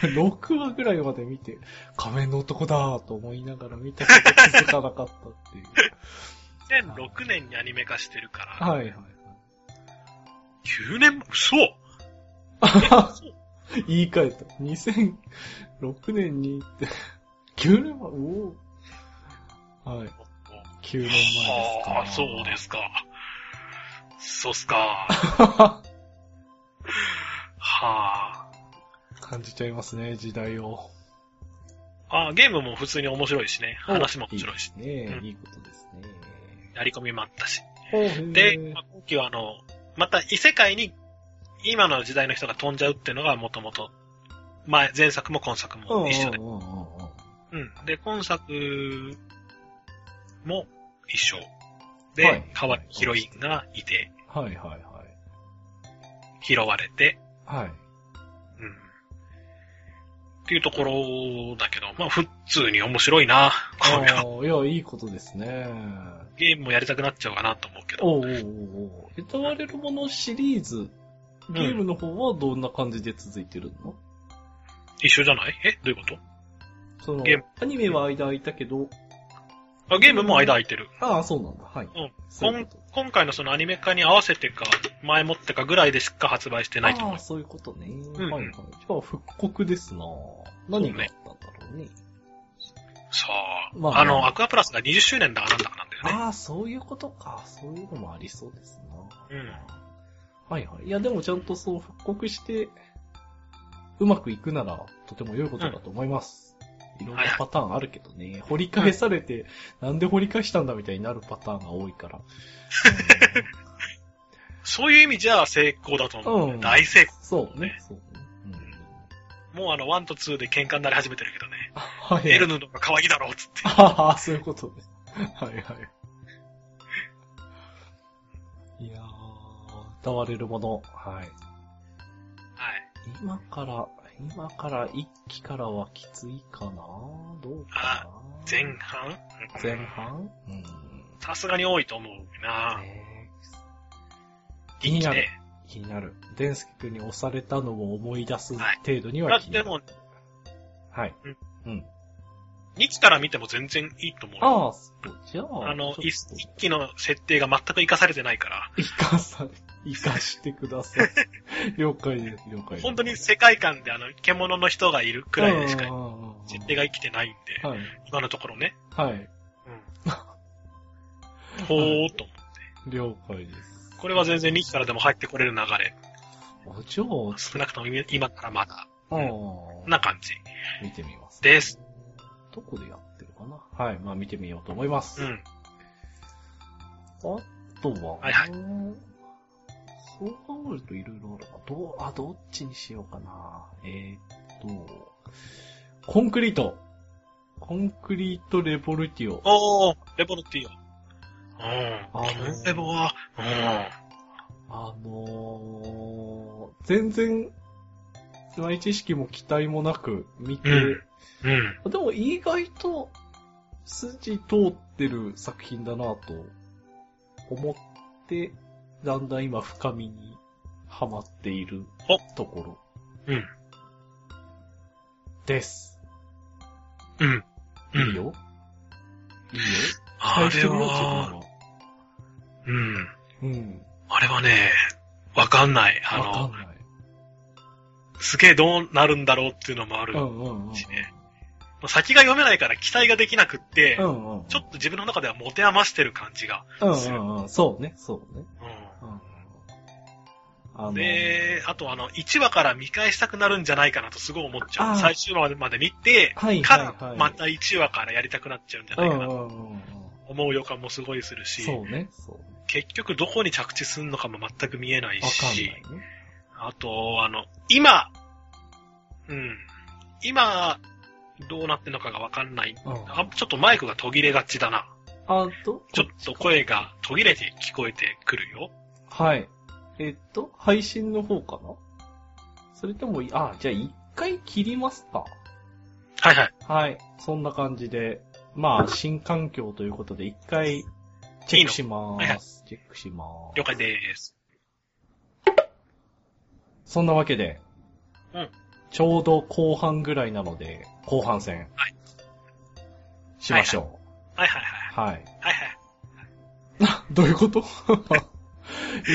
A: 6話ぐらいまで見て、仮面の男だと思いながら見たけど気づかなかったっていう。
B: ん2006年にアニメ化してるから、
A: はいは
B: 9年も、嘘
A: い。言い換えた。2006年にって、9年前、おお。はい。9年前ですか。
B: はあ、そうで。すか。そうっ すか。は
A: 感じちゃいますね、時代を。
B: あ。あゲームも普通に面白いしね。話も面白いし。
A: いいですね
B: うん
A: いいことですね。
B: やり込みもあったし。
A: ほうへー
B: で、まあ今期はあの、また異世界に今の時代の人が飛んじゃうっていうのがもともと、前、前作も今作も一緒で。
A: うんうんうんうんうん
B: うん。で、今作も一緒。で、
A: はい
B: 可愛いヒロインがいて、
A: はいはいはい。
B: 拾われて、
A: はい。
B: うん。っていうところだけど、まあ、普通に面白いな。これは。
A: ああ、いや、いいことですね。
B: ゲームもやりたくなっちゃうかなと思うけど。
A: おうおうおうおう。歌われるものシリーズ、ゲームの方はどんな感じで続いてるの、
B: 一緒じゃないえどういうこ
A: その
B: ゲーム、
A: アニメは間空いたけど、
B: とあゲームも間空いてる。
A: ああ、そうなんだ。はい。
B: うん
A: そういうこと。
B: 今回のそのアニメ化に合わせてか、前もってかぐらいでしか発売してないと
A: あ
B: 思
A: あ、
B: う。
A: そういうことね。
B: ん
A: はいはい。じゃあ、復刻ですな何があったんだろうね。
B: さあ、
A: まあ
B: あ、の、アクアプラスが20周年だかなんだかなんだよね。
A: ああ、そういうことか。そういうのもありそうですな。
B: うん
A: はいはい。いや、でもちゃんとそう、復刻して、うまくいくなら、とても良いことだと思います。いろんなパターンあるけどね。掘り返されて、なんで掘り返したんだみたいになるパターンが多い から。
B: そういう意味じゃ成功だと思う。
A: うん
B: 大成功。
A: そうね。そうね。
B: もうあの、1と2で喧嘩になり始めてるけどね。
A: うん、はい。
B: エルヌの方が可愛いだろうっつって。
A: ああ、そういうことね。はい はい。いやー、歌われるもの。はい。
B: はい。
A: 今から、今から一期からはきついかなどうかな
B: 前半
A: 前半うん。
B: さすがに多いと思うな。
A: ねえ気
B: 一
A: に
B: 気
A: なる。
B: ね。
A: 気になる。デンスケ君に押されたのを思い出す
B: はい
A: 程度に
B: だ
A: は
B: っ
A: 気
B: て
A: にな
B: で
A: る。
B: も、
A: はい。うん。
B: 2期から見ても全然いいと思う。
A: ああ、そう。じゃあ、
B: あの、
A: ちょっと
B: 1期の設定が全く活かされてないから、
A: 生かさ、生かしてくだ さい。了解です、了解です。
B: 本当に世界観であの、獣の人がいるくらいでしか
A: うんうんうんうん
B: 設定が生きてないんで、
A: はい。
B: 今のところね。
A: はい。
B: うん。ほーっと。
A: 了解です。
B: これは全然2期からでも入ってこれる流れ。
A: お嬢、
B: 少なくとも今からまだ、
A: ああ
B: な感じ。
A: 見てみます。
B: です。
A: どこでやってるかなはい。まあ見てみようと思います。
B: うん。
A: あとは、
B: はいはい
A: そう考えるといろいろあるな。どう、あ、どっちにしようかな。えーっと、コンクリート。コンクリートレボルティオ。
B: おー、レボルティオ。うん。
A: あ
B: このレボは、う
A: あのー、全然、前知識も期待もなく見て、
B: うんん。うん。
A: でも意外と筋通ってる作品だなぁと思って、だんだん今深みにはまっているところ
B: うん。
A: です。
B: うん。
A: い
B: うん
A: いよ。いいよ。
B: あ
A: 期待し
B: れ
A: てみよう自
B: は、うん。
A: 分はうん。
B: あれはね、わかんない。あ
A: わかん
B: の、
A: ない。
B: すげえどうなるんだろうっていうのもある
A: うんうんうん。
B: しね。もう先が読めないから期待ができなくって、
A: うんうんうん。
B: ちょっと自分の中では持て余してる感じが。
A: うんうんうん。そうね、そうね。
B: う
A: うんうんあ
B: ん、
A: の、
B: で、あとあの、1話から見返したくなるんじゃないかなとすごい思っちゃ
A: あ
B: う。
A: ー
B: 最終話まで見て、
A: はい
B: か
A: はいは
B: ら
A: い。
B: また1話からやりたくなっちゃうんじゃ
A: う
B: ない
A: んう
B: か
A: ん
B: なと
A: うんうん。
B: 思う予感もすごいするし、
A: そうね、そうね。
B: 結局どこに着地するのかも全く見えない
A: わかんない
B: し、
A: ね。
B: あと、あの、今、うん、今、どうなってんのかがわかんない。
A: うん
B: あちょっとマイクが途切れがちだな。
A: あと、
B: ちょっと声が途切れて聞こえてくるよ。
A: はい。えっと、配信の方かなそれともい、あ、じゃあ一回切りますか。
B: はいはい。
A: はい。そんな感じで、まあ、新環境ということで一回チェックしま
B: いいのはいは
A: ー
B: い
A: す。チェックしまー
B: 了
A: す。
B: 解です。
A: そんなわけで、
B: うん
A: ちょうど後半ぐらいなので、後半戦。
B: はい
A: しましょ
B: はいはいは
A: う。はい。
B: い。はいはい。
A: どういうこと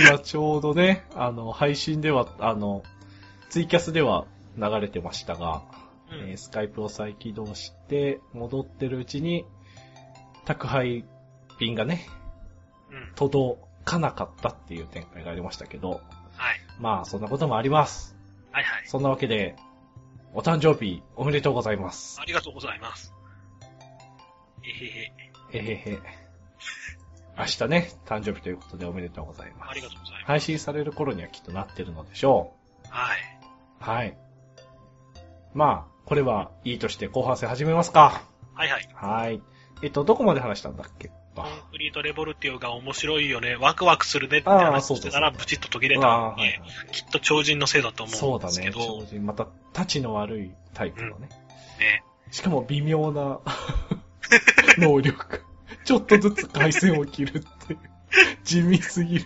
A: 今ちょうどね、あの、配信では、あの、ツイキャスでは流れてましたが、
B: うん
A: えースカイプを再起動して、戻ってるうちに、宅配便がね、
B: うん。
A: 届かなかったっていう展開がありましたけど、
B: はい。
A: まあ、そんなこともあります。
B: はいはい。
A: そんなわけで、お誕生日、おめでとうございます。
B: ありがとうございます。えへへ。
A: えへへ。明日ね、誕生日ということでおめでとうございます。
B: ありがとうございます。
A: 配信される頃にはきっとなってるのでしょ
B: はい。
A: う。はい。まあ、これはいいとして後半戦始めますか。
B: はいはい。
A: はい。えっと、どこまで話したんだっけ
B: コンクリートレボルティオが面白いよね、ワクワクするねって
A: あー
B: 話
A: そうそう
B: をし
A: そう
B: てたら、ブチッと途切れ
A: う
B: た
A: わ
B: ん
A: ーはい
B: で
A: はい、
B: きっと超人のせいだと思
A: そううんだ
B: ですけ
A: ね。
B: ど、
A: 超人、また、たちの悪いタイプのね。
B: ね
A: しかも微妙な 能力。ちょっとずつ回線を切るっていう。地味すぎる。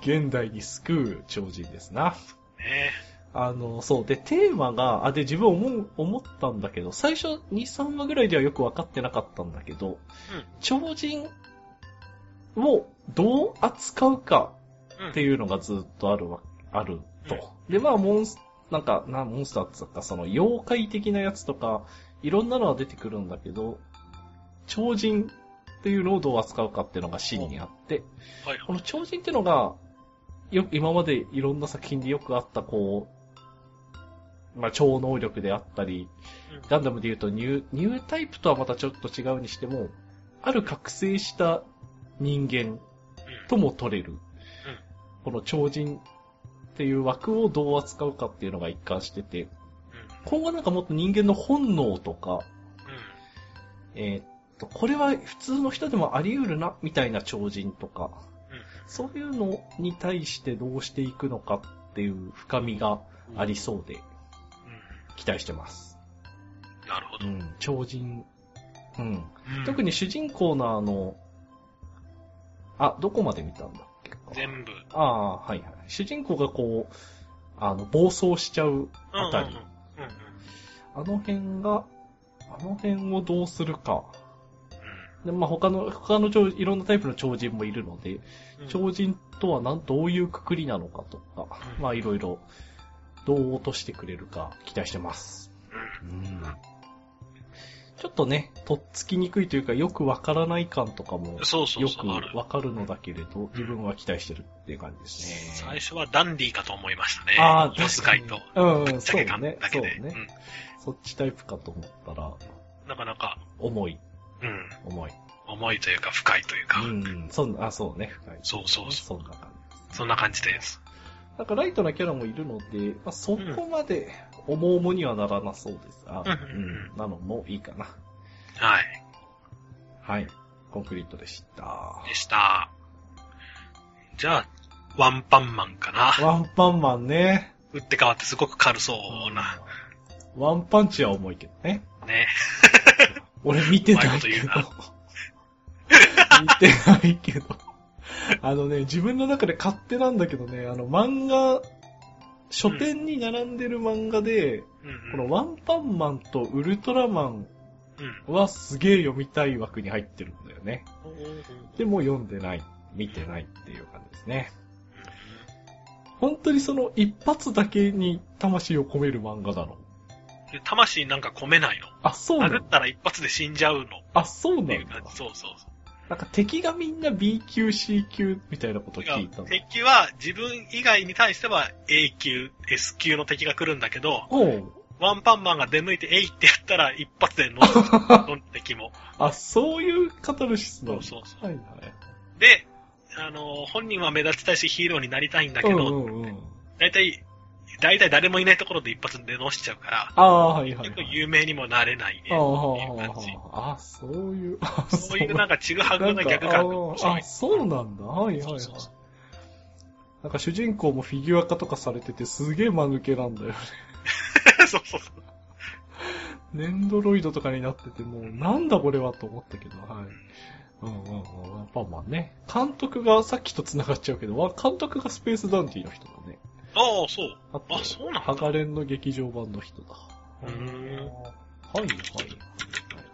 A: 現代に救う超人ですな。
B: ね
A: あの、そう。で、テーマが、あ、で、自分思う、思ったんだけど、最初2、3話ぐらいではよく分かってなかったんだけど、超人をどう扱うか
B: うん
A: っていうのがずっとあるわ、あると。で、まあ、モンス、なんか、な、モンスターっていうか、その、妖怪的なやつとか、いろんなのは出てくるんだけど、超人っていうのをどう扱うかっていうのが真にあって、
B: はい
A: この超人っていうのが、よく、今までいろんな作品でよくあった、こう、まあ、超能力であったり、
B: うん
A: ガンダムで言うとニュー、ニュータイプとはまたちょっと違うにしても、ある覚醒した人間とも取れる。この超人っていう枠をどう扱うかっていうのが一貫してて、今後なんかもっと人間の本能とか、
B: うんうん
A: えーっと、これは普通の人でもあり得るな、みたいな超人とか、
B: うん
A: そういうのに対してどうしていくのかっていう深みがありそうで、
B: う
A: 期待してます。
B: んなるほ
A: う
B: ど。
A: ん、超人、うん、特
B: に
A: に主人公のあの、あ、どこまで見たんだっけか
B: 全部。
A: ああ、はいはい。主人公がこう、あの、暴走しちゃうあたり。
B: うんうん
A: あの辺が、あの辺をどうするか。
B: う
A: で、まあ、他の、他の超いろんなタイプの超人もいるので、
B: んうんうん
A: 超人とはなん、どういうくくりなのかとか、
B: うん
A: まあ、いろいろ、どう落としてくれるか期待してます。うん。ちょっとね、とっつきにくいというか、よくわからない感とかも
B: うん、そうそう
A: よ
B: そ
A: く
B: う。ある
A: わかるのだけれど、自分は期待してるっていう感じですね
B: 最。初はダンディかと思いましたね。
A: あー
B: ロスガイと。
A: うん、
B: ぶっちゃ
A: そう
B: け感
A: ね
B: だ、
A: そ
B: け
A: う
B: で。
A: ね。そっちタイプかと思ったら、
B: うんなかなか、
A: 重い、
B: うん、
A: 重い。
B: 重いというか深いというか
A: う。ん、そんな、あ、そうね、深い。
B: そうそうそ
A: そんな感
B: う。そんな感じです。
A: じ。なんかライトなキャラもいるので、まあ、そこまで重々にはならなそうです。あ、
B: うん
A: うん、なのもいいかな。
B: はい。
A: はい。コンクリートでした。
B: でした。じゃあ、ワンパンマンかな。
A: ワンパンマンね。
B: 打って変わってすごく軽そうな。
A: ワンパンチは重いけどね。
B: ね。
A: 俺見てないけど。
B: うまいこ
A: 見てないけど。あのね、自分の中で勝手なんだけどね、あの漫画、書店に並んでる漫画で、
B: うんうん
A: このワンパンマンとウルトラマン
B: うん
A: はすげえ読みたい枠に入ってるんだよね。
B: うん
A: でも読んでない、見てないっていう感じですね。
B: うん
A: 本当にその一発だけに魂を込める漫画なの。
B: で魂なんか込めないの。
A: あ、そうな
B: 殴
A: の
B: ったら一発で死んじゃうのっ
A: あ、そうな
B: てい
A: の
B: う感じ。そうそうそう。
A: なんか敵がみんな B 級、C 級みたいなこと聞いたの。
B: 敵は自分以外に対しては A 級、S 級の敵が来るんだけど、
A: おう
B: ワンパンマンが出向いてえいってやったら一発で 乗るどんな敵も。
A: あ、そういうカタルシスな
B: そ
A: の
B: うそうそ
A: はいは
B: う。で、あの、本人は目立ちたいしヒーローになりたいんだ
A: い。
B: けど、
A: うんうんうん、
B: 大体、大体誰もいないところで一発で乗しちゃうから、
A: ああ、はいはい、
B: 結
A: は
B: 構
A: い。
B: 有名にもなれないね。
A: ああ
B: っていう感じ
A: ああ、そういう、あ
B: そういうなんかちぐは
A: な
B: ぐ
A: ん
B: な
A: か
B: 逆感が面
A: あ
B: 白
A: あ
B: い。
A: そうなんだ。はいはいはい
B: そうそうそ。
A: なんか主人公もフィギュア化とかされててすげえ間抜けなんだよ。
B: そうそうそう。
A: ネンドロイドとかになっててもうなんだこれはと思ったけど、はい。うんうんうん、ワンパンマンね。監督がさっきと繋がっちゃうけど、わ監督がスペースダンディの人だね。
B: ああ、 そう。
A: あと
B: あ、そうなん
A: ハ
B: だ。
A: ガレンの劇場版の人だ。
B: うーん
A: はいはいはい。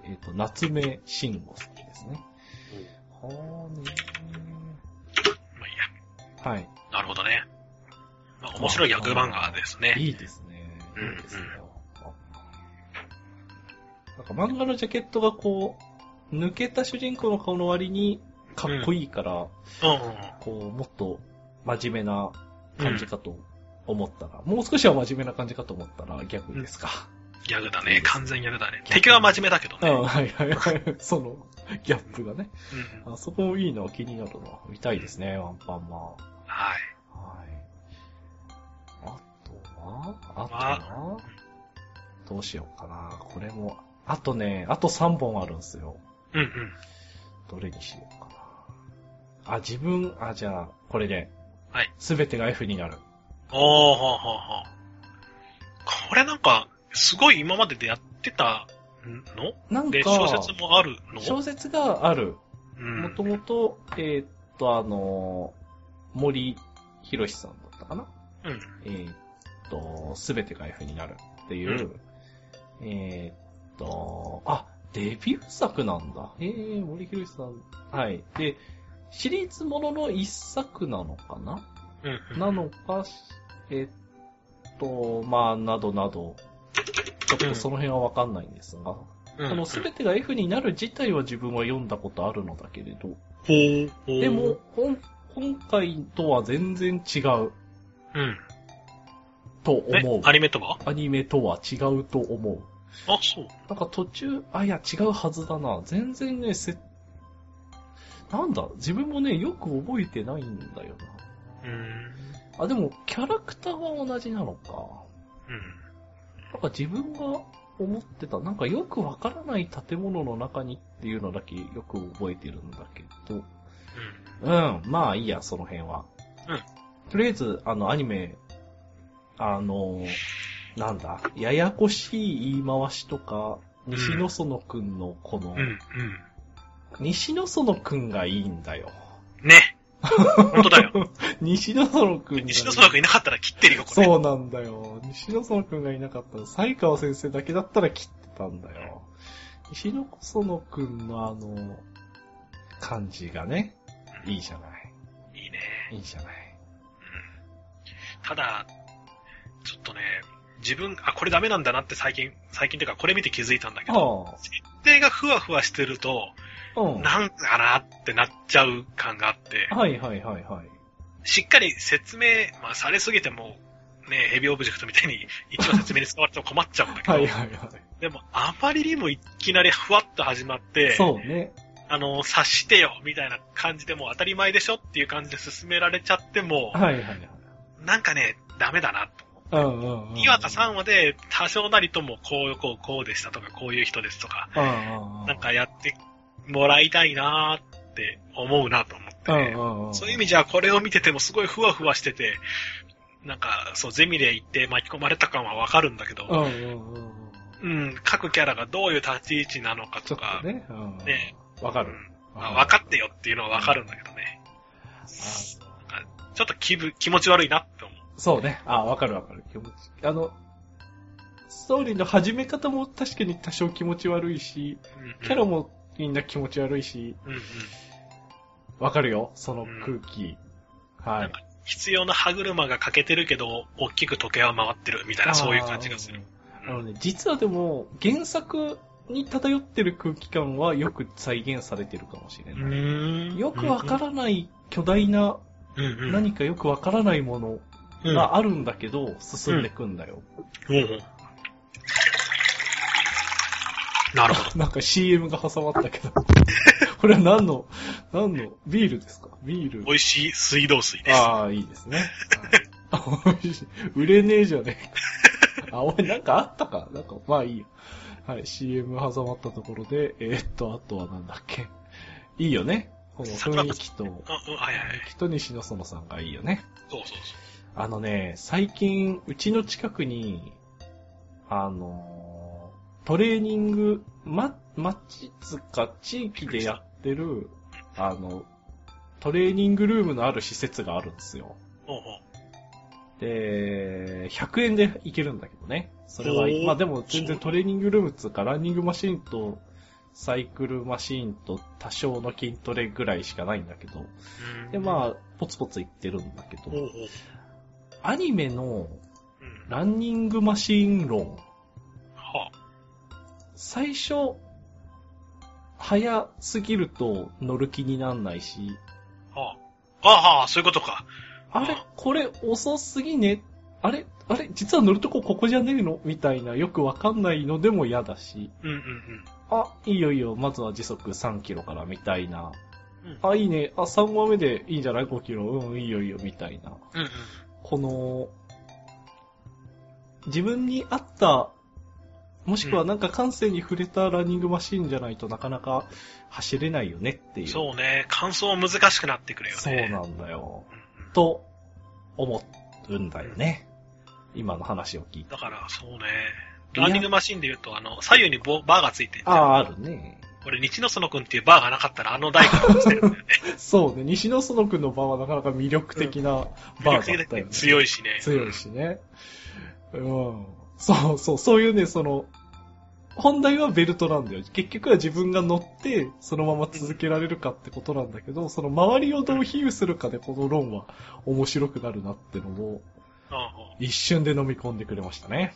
A: えっ、と、夏目慎吾さんですね。はーね
B: まあいい
A: ーはい。
B: や。なるほどね。まあ面白い逆漫画ですね。
A: いいですね。
B: うん
A: いいですよ。なんか漫画のジャケットがこう、抜けた主人公の顔の割にかっこいいから、
B: うんうん。
A: こう、もっと真面目な感じかと思ったら、もう少しは真面目な感じかと思ったら逆ですか。
B: ギャグだ
A: いい
B: ね
A: で。す
B: 完全ギャグだね。敵は真面目だけど
A: う
B: ね。
A: ん、はいはいはい。その、ギャップがね。
B: うん
A: あそこもいいの気になるな。見たいですね、ワンパンマン。はい。
B: はい。
A: あとはあとはどうしようかな。これも。あとね、あと3本あるんすよ。
B: うんうん。
A: どれにしようかな。あ、自分、あ、じゃあ、これで。
B: はい。
A: すべてが F になる。
B: おー、ほうほうほう。これなんか、すごい今まででやってたの
A: なんか
B: で、、小説もあるの
A: 小説がある。
B: うん
A: もともと、えーっと、あのー森博さんだったかな。
B: うん。
A: えーっと、すべてが F になるっていう、えーっと、あ、デビュー作なんだ。えー、森博さん。はい。で、シリーズものの一作なのかな、
B: うんうん。
A: なのか、えーっと、まあ、などなど、ちょっとその辺はわかんないんですが、
B: うん、
A: このすべてが F になる自体は自分は読んだことあるのだけれど、
B: ほうほう
A: でも、、本今回とは全然違う
B: うん。
A: と思
B: え
A: う、。
B: アニメとは
A: アニメとは違うと思う。
B: あ、そう。
A: なんか途中、あ、いや、違うはずだな。全然ね、せ、なんだ、自分もね、よく覚えてないんだよ
B: うーん。
A: な。あ、でも、キャラクターは同じなのか。
B: うん。
A: なんか自分が思ってた、なんかよくわからない建物の中にっていうのだけよく覚えてるんだけど。うん、まあいいや、その辺は。
B: うん
A: とりあえず、あの、アニメ、あの、なんだ、ややこしい言い回しとか、西野園くんのこの、
B: うん。うん。
A: 西野園くんがいいんだよ。
B: うん。ね。本当 だよ。
A: 西野園くんがいい。
B: 西野空くんいなかったら切ってるよ、これ。
A: そうなんだよ。西野園くんがいなかったら、才川先生だけだったら切ってたんだよ。西野園くんのあの、感じがね、いいじゃない。
B: いいね。
A: いいじゃない。
B: ただ、ちょっとね、自分、あ、これダメなんだなって最近、最近というかこれ見て気づいたんだけど、
A: あ
B: 設定がふわふわしてると、
A: あ、うん。は
B: なんかなってなっちゃう感があって、
A: いはいはいはい。
B: しっかり説明、まあ、されすぎても、ね、ヘビーオブジェクトみたいに一応説明に使われても困っちゃうんだけど、
A: はいはいはい。
B: でもあまりにもいきなりふわっと始まって、
A: そうね。
B: あの、察してよみたいな感じでもう当たり前でしょっていう感じで進められちゃっても、
A: はいはいはい。
B: なんかね、ダメだなと。
A: うんうんうん。
B: 岩田3話で多少なりともこうこうこうでしたとかこういう人ですとか、
A: うんうんうん。
B: なんかやってもらいたいなーって思うなと思って、
A: うんうんうん。
B: そういう意味じゃこれを見ててもすごいふわふわしてて、なんかそうゼミで行って巻き込まれた感はわかるんだけ
A: う
B: ど、
A: んうんうんうん。
B: うん、各キャラがどういう立ち位置なのか
A: ちょ
B: と
A: っと
B: か、
A: ね。うん
B: ね
A: わかる
B: う。んまあわかってよっていうのはわかるんだけどね、
A: あ
B: ちょっと気分気持ち悪いなって思う。
A: そうね。あ、わかるわかる。気持ち。あの、ストーリーの始め方も確かに多少気持ち悪いし、
B: うんうん
A: キャラもみんな気持ち悪いし、
B: うんうん
A: わかるよ、その空気。は
B: ないん。か必要な歯車が欠けてるけど、大きく時計は回ってるみたいな、 そういう感じがする。
A: あのね、実はでも、原作に漂ってる空気感はよく再現されてるかもしれ
B: う
A: ない。
B: ーん
A: よくわからない巨大な、
B: うんうん。
A: 何かよくわからないもの
B: うん
A: があるんだけど、進んでくんだよ。
B: うんうん。なるほど。
A: なんか CM が挟まったけど。これは何の、何の、ビールですかビール。
B: 美味しい水道水です。
A: ああ、いいですね。はい、美味しい売れねえじゃねえか。あ、おい、なんかあったかなんか、まあいいよ。はい、CM 挟まったところで、えーっと、あとはなんだっけ。いいよね。この雰囲気と、雰
B: あうん、はいはいはい
A: 囲。気と西野園さんがいいよね。
B: そうそう
A: あのね、最近、うちの近くに、あのートレーニング、ま、町つか地域でやってる、あの、トレーニングルームのある施設があるんですよ。
B: そう。おうおう
A: で、100円で行けるんだけどね。それは
B: お、ー
A: まあでも全然トレーニングルームっつうか、ランニングマシンと、サイクルマシンと多少の筋トレぐらいしかないんだけど。
B: うん
A: で、まあ、ポツポツ行ってるんだけ
B: おう
A: ど
B: おう、
A: アニメの
B: うん
A: ランニングマシン論。
B: は
A: 最初、早すぎると乗る気になんないし、
B: あ、はあ。ああ、そういうことか。
A: あれこれ遅すぎねあれあれ実は乗るとこここじゃねえのみたいなよくわかんないのでも嫌だし、
B: うんうん
A: あ、いいよいいよ、まずは時速3キロからみたいな。
B: うん。
A: あ、いいね、あ、3話目でいいんじゃない ?5 キロ、うん、いいよいいよ、みたいな。
B: うんうん。
A: この、自分に合った、もしくはなんか感性に触れたランニングマシーンじゃないとなかなか走れないよねっていう。
B: そうね。感想は難しくなってくるよね。
A: そうなんだよ。
B: うんうん
A: と、思うんだよね。今の話を聞いて。
B: だから、そうね。ランニングマシンで言うと、あの、左右にボバーがついてる。
A: ああ、あるね。
B: 俺、日野園くんっていうバーがなかったら、あの台 からしてるんだよね。
A: そうね、西野園くんの場はなかなか魅力的なバーだったよね。
B: 強いしね。
A: 強いしね。うん。そうそう、そういうね、その、本題はベルトなんだよ。結局は自分が乗って、そのまま続けられるかってことなんだけど、その周りをどう比喩するかでこの論は面白くなるなってのを、
B: うん。うん
A: 一瞬で飲み込んでくれましたね。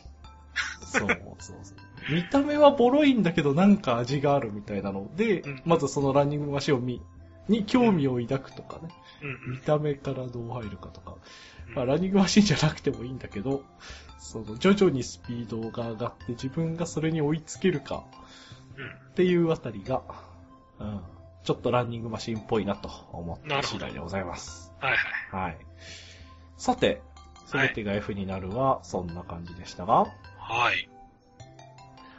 A: そうそうそう。見た目はボロいんだけど、なんか味があるみたいなので、
B: うん
A: まずそのランニングマシンを見、に興味を抱くとかね、
B: うん
A: 見た目からどう入るかとか、
B: うん。
A: まあ、ランニングマシンじゃなくてもいいんだけど、その徐々にスピードが上がって自分がそれに追いつけるか
B: うん
A: っていうあたりが、うん、ちょっとランニングマシンっぽいなと思った次第でございます。
B: はいはい。
A: はい。さて、すべてが F になるはそんな感じでしたが。
B: はい。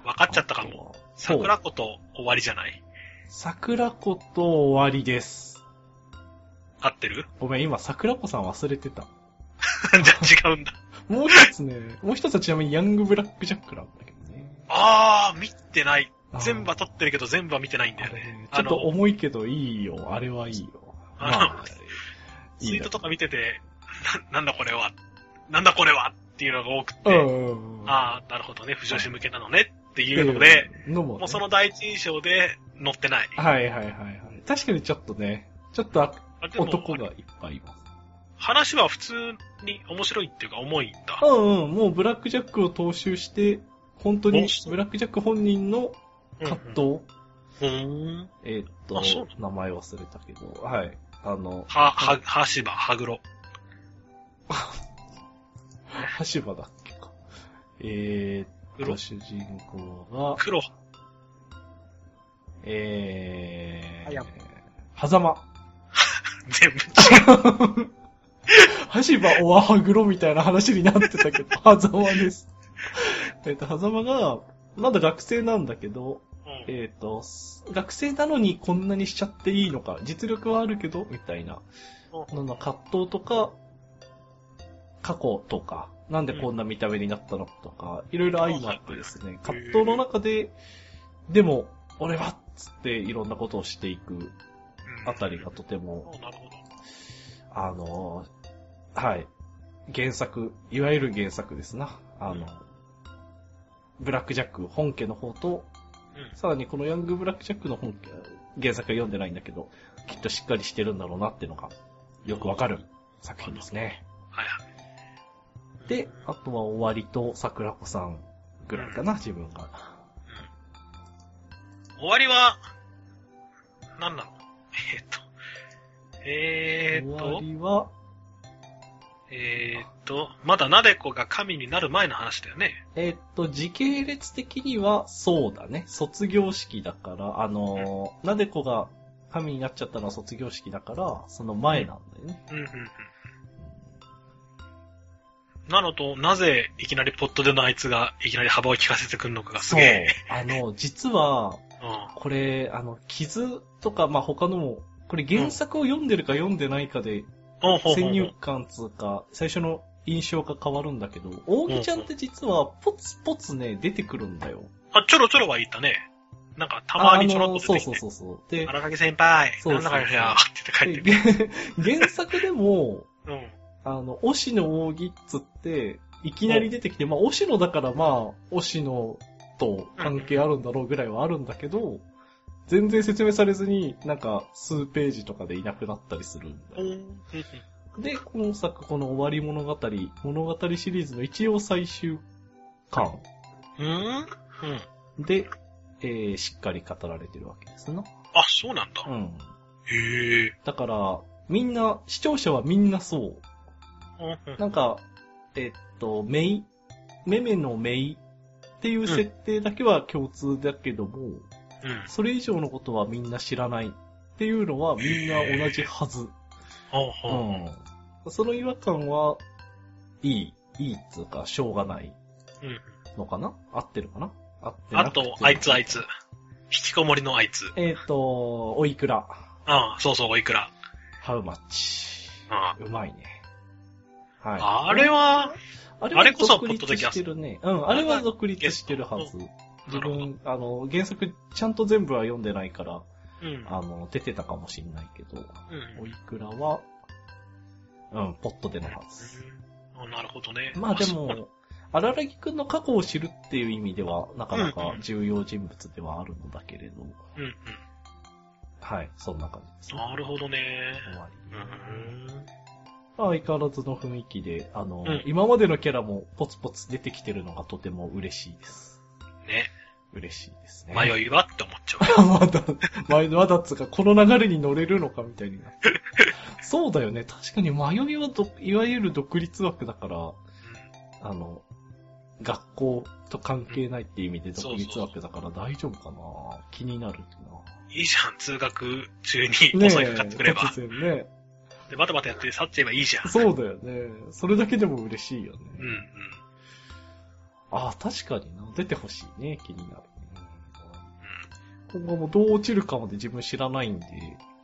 B: 分かっちゃったかも。
A: あとは。
B: 桜
A: そう
B: 子と終わりじゃない
A: 桜子と終わりです。
B: 合ってる
A: ごめん、今桜子さん忘れてた。
B: じゃあ違うんだ。
A: もう一つね、もう一つはちなみにヤングブラックジャックなんだけどね。
B: あー、見てない。
A: あー
B: 全部は撮ってるけど全部は見てないんだよね。
A: ちょ
B: あ
A: っと
B: の、
A: 重いけどいいよ、あれはいいよ。
B: あの
A: ま あ、い
B: ツ
A: い
B: イー
A: よ
B: トとか見てて、ななんだこれは、なんだこれはっていうのが多く
A: うん
B: て、
A: うんうん。
B: あー、なるほどね、不女子向けなのねっていうので、
A: うん、のもね
B: もうその第一印象で乗ってない。
A: はいはいはいはい。確かにちょっとね、ちょっとあ
B: あでも
A: 男がいっぱいいます。
B: 話は普通に面白いっていうか重いんだ
A: う。んうん、もうブラックジャックを踏襲して、本当に
B: おそう
A: ブラックジャック本人の葛藤、
B: うんうん。うん
A: えーっと
B: あそう、
A: 名前忘れたけど、はい。あの、
B: は、は、はしば、はぐろ。
A: 羽柴だっけか。えーっと、
B: 黒
A: 主人公が、
B: 黒。
A: え
B: あ
A: ー
B: や、
A: 狭間。
B: 全部違
A: はしばおわはぐろみたいな話になってたけど、はざまです。 えっと、はざまが、まだ学生なんだけど、
B: う。うん
A: えっ、と、す学生なのにこんなにしちゃっていいのか、実力はあるけど、みたいな、のの葛藤とか、過去とか、なんでこんな見た目になったのかとか、いろいろ相まってですね、葛藤の中で、でも、俺はっつっていろんなことをしていくあたりがとても
B: おなるほど。
A: あのーはい。原作、いわゆる原作ですな。あの、ブラックジャック本家の方と、
B: うん
A: さらにこのヤングブラックジャックの本家、原作は読んでないんだけど、きっとしっかりしてるんだろうなっていうのが、よくわかる作品ですね。
B: はいは
A: で、あとは終わりと桜子さんぐらいかな、自分が。
B: い。終わりは、なんだろう。えーっと、えーっ
A: 終わ
B: と、
A: りは、
B: えーっと、まだなでこが神になる前の話だよね。
A: えーっと、時系列的にはそうだね。卒業式だから、あのー、なでこが神になっちゃったのは卒業式だから、その前なんだよね。
B: うんうんうん。なのと、なぜいきなりポットでのあいつがいきなり幅を利かせてくるのかがす
A: そう
B: げえ。。
A: あの、実は、
B: う
A: これ、あの、傷とか、まあ、他のも、これ原作を読んでるか読んでないかで、
B: ん。ほうほうほう
A: 先入観つうか、最初の印象が変わるんだけど、扇ちゃんって実は、ポツポツね、出てくるんだよ。
B: あ、ちょろちょろはいったね。なんか、たまにちょろっと
A: そ
B: 出
A: う
B: てき
A: そう
B: て。
A: そうそう。で、
B: 荒垣先輩、
A: そうそ
B: な
A: うんそう
B: だかよって言って帰って
A: で原原作でも、
B: くる。うん。
A: あの、推しの扇っつって、いきなり出てきて、まあ、推しのだからまあ、推しのと関係あるんだろうぐらいはあるんだけど、全然説明されずに、なんか、数ページとかでいなくなったりするんだよで、今作この終わり物語、物語シリーズの一応最終巻
B: うん。うん。
A: で、えーしっかり語られてるわけですな。
B: あ、そうなんだ。
A: うん。
B: へえ。
A: だから、みんな、視聴者はみんなそう。
B: うん
A: なんか、えっと、メイ、メメのメイっていう設定だけは共通だけども、
B: うん。
A: それ以上のことはみんな知らないっていうのはみんな同じはず。
B: ほうほう
A: うん。その違和感は、いい、いいっつうか、しょうがない
B: うん。
A: のかな合ってるかな合ってな
B: あ
A: くて
B: と、あいつあいつ。引きこもりのあいつ。
A: えっ、と、おいくら、
B: あそうそう、おいくら。
A: ハウマッチ。
B: あ
A: うまいね。はい。
B: あれは、
A: あ
B: あれこそ
A: 独立してるね。うん、あ
B: あ
A: れ
B: れ
A: は
B: は
A: 独立してるはず。自
B: なるほど
A: 分、あの、原作ちゃんと全部は読んでないから、
B: うん。
A: あの、出てたかもしんないけど、
B: うん
A: おいくらは、うん、ポットでのはず。
B: あなるほどね。
A: まあで
B: そう
A: も、荒木くんの過去を知るっていう意味では、なかな
B: うん
A: か
B: うん
A: 重要人物ではあるのだけれど、
B: うんうん。
A: はい、そんな感じです。
B: なるほどね。
A: 終わ
B: う
A: り。
B: ん。
A: まあ相変わらずの雰囲気で、あの、
B: うん
A: 今までのキャラもポツポツ出てきてるのがとても嬉しいです。
B: ね。
A: 嬉しいですね。
B: 迷いはって思っ ちゃう。
A: まだ、まだ、まだっつうか、この流れに乗れるのかみたいになって。そうだよね。確かに迷いはど、いわゆる独立枠だから、あの、学校と関係ないっていう意味で独立枠だから大丈夫かな気になる
B: うんいいじゃん、通学中に
A: な。
B: 襲いかかってくれば。
A: 突然ね。
B: で、バタバタやって去っちゃえばいいじゃん。
A: そうだよね。それだけでも嬉しいよね。
B: うんうん。
A: ああ、確かにな。出てほしいね。気になるね。今後もどう落ちるかまで自分知らないんで、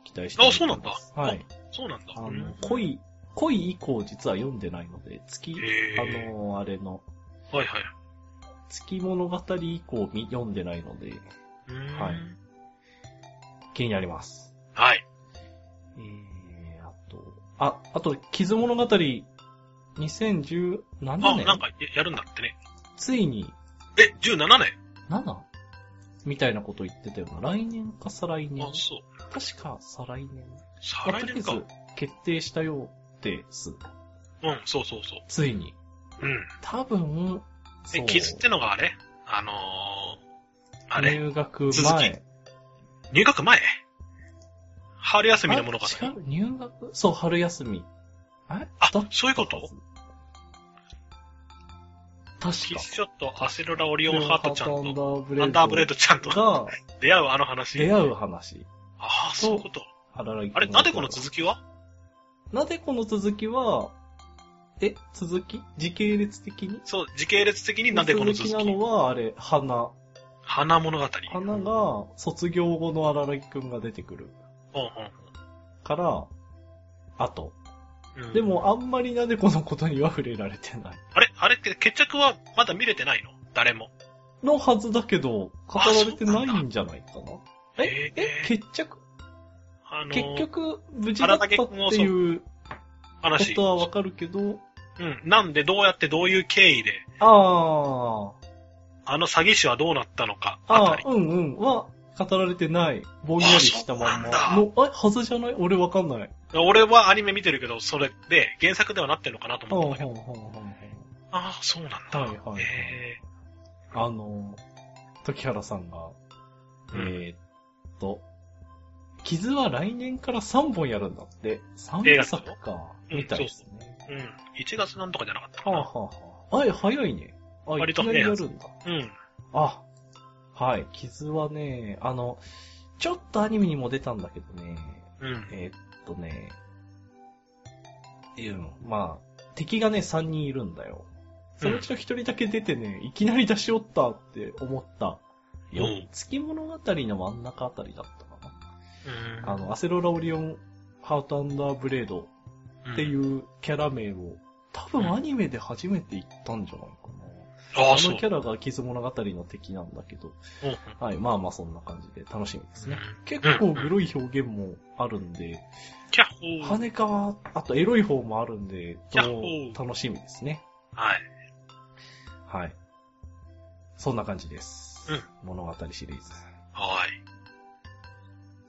A: 期待してます。
B: あそうなんだ
A: はい。
B: そうなんだ。
A: あ
B: う
A: の
B: ん、
A: 恋、恋以降実は読んでないので、月、
B: へー
A: あの、あれの、
B: はいはい。
A: 月物語以降み読んでないので、
B: うーん
A: はい気になります。
B: はい。
A: えー、あと、あ、あと、傷物語、2017
B: あ、
A: 年
B: なんかややるんだってね。
A: ついに、
B: え、17年
A: 7? みたいなこと言ってたよな。来年か再来年
B: あ、。そう。
A: 確か再来年。
B: 再来年か。
A: まあとりあえず決定したようです。
B: うん、そうそうそ
A: ついに。
B: う。うん。
A: 多分、そ
B: え、
A: う
B: 傷ってのがあれあのー、あれ
A: 入学
B: 続き
A: 前。
B: 入学前春休みの物語。
A: あ違う入学そう、春休み。え
B: あ
A: だったはず
B: そういうことキ
A: 確
B: ッ
A: か。
B: スショット、アセロラ、オリオンハートちゃんと、
A: と
B: アンダーブレードちゃんと
A: が
B: 出会うあの話。
A: 出会う話。
B: ああ、そういうこと。あれ、なでこの続
A: き
B: きは
A: なでこの続きは、え続き時系列的に
B: そう、時系列的になでこの続き。
A: なのは、あれ、花。
B: 花物語。
A: 花が、卒業後の荒木くんが出てくる
B: うん
A: から、あと。
B: うんうん
A: で、も、あんまりなでこのことには触れられてない。
B: あれ、あれって決着はまだ見れてないの誰も。
A: のはずだけど、語られてないんじゃないかなえ
B: え
A: え結着
B: あの
A: 結
B: ー、
A: 局、無事だったっていうこ
B: 話
A: と。はわかるけど、
B: うん。なんで、どうやって、どういう経緯で、
A: あー、
B: あの詐欺師はどうなったのか、あ
A: あ
B: たり
A: ー、。うんうん、は、語られてない、ぼんやりしたまんま
B: あそう
A: の、え、はずじゃない俺わかんない。
B: 俺はアニメ見てるけど、それで原作ではなってるのかなと
A: はあ、
B: 思
A: は
B: ったんだけど。ああ、そうなん
A: あ、
B: だ。
A: はあ、はい、はい。
B: え
A: あの、時原さんが、
B: うん
A: えーっと、傷は来年から3本やるんだって。
B: 映
A: 3
B: 画
A: 作
B: の
A: か。
B: うん
A: みたいですね。
B: ーうん。1月なんとかじゃなかったか
A: はあ、
B: な。
A: はあ、はあ。あ、え早いね。あ、
B: 割と
A: いきなりやるんだ。
B: うん。
A: あ、はい。傷はね、あの、ちょっとアニメにも出たんだけどね、
B: うん。
A: えーっとね、うん、まあ、敵がね、3人いるんだよ。そのうちの1人だけ出てね、いきなり出しおったって思った。よ
B: うん
A: 月物語の真ん中あたりだったか
B: うん
A: な。あの、アセロラオリオン、ハートアンダーブレードってい。
B: ん
A: うキャラ名を、多分アニメで初めて言ったんじゃないかな。
B: ああ、
A: あ
B: そう
A: の。キャラが傷物語の敵なんだけど、
B: うんうん
A: はい、まあまあそんな感じで楽しみですね。
B: うん
A: 結構グロい表現もあるんで、
B: キャッホー。
A: 羽川、あとエロい方もあるんで、
B: やっ
A: と
B: ほー
A: 楽しみですね。
B: はい。
A: はい。そんな感じです。物語シリーズ。
B: はい。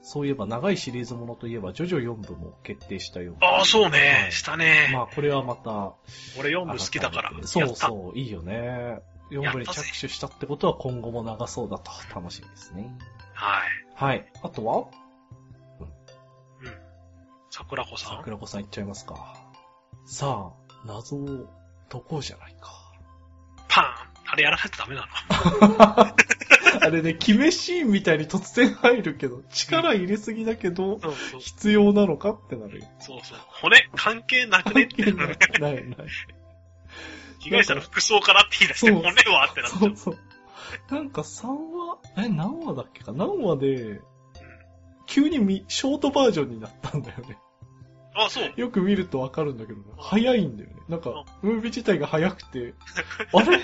A: そういえば長いシリーズものといえば、ジョジョ4部も決定したような
B: ああ、そう
A: は
B: ね。
A: い
B: したね。
A: まあこれはまた、
B: 俺4部好きだから。
A: そ
B: や
A: う
B: った
A: そう、いいよね。4部に着手したってことは今後も長そうだと楽しみですね。
B: はい。
A: はい。あとは
B: うん。桜子さん。
A: 桜子さん行っちゃいますか。さあ、謎を解こうじゃないか。
B: パーンあれやらないとダメなの。
A: あれね、決めシーンみたいに突然入るけど、力入れすぎだけど、
B: そうそう
A: 必要なのかってなるよ。
B: そうそう。骨関係なくねって。
A: ない、ない。
B: 被害者の服装からって言い出して、
A: そう
B: 骨はってなっちゃ
A: そうう。そう。なんか3話、え、何話だっけか何話で、急にみショートバージョンになったんだよね。
B: あ、そう。
A: よく見るとわかるんだけどね、早いんだよね。なんか、ムービー自体が早くて、あれ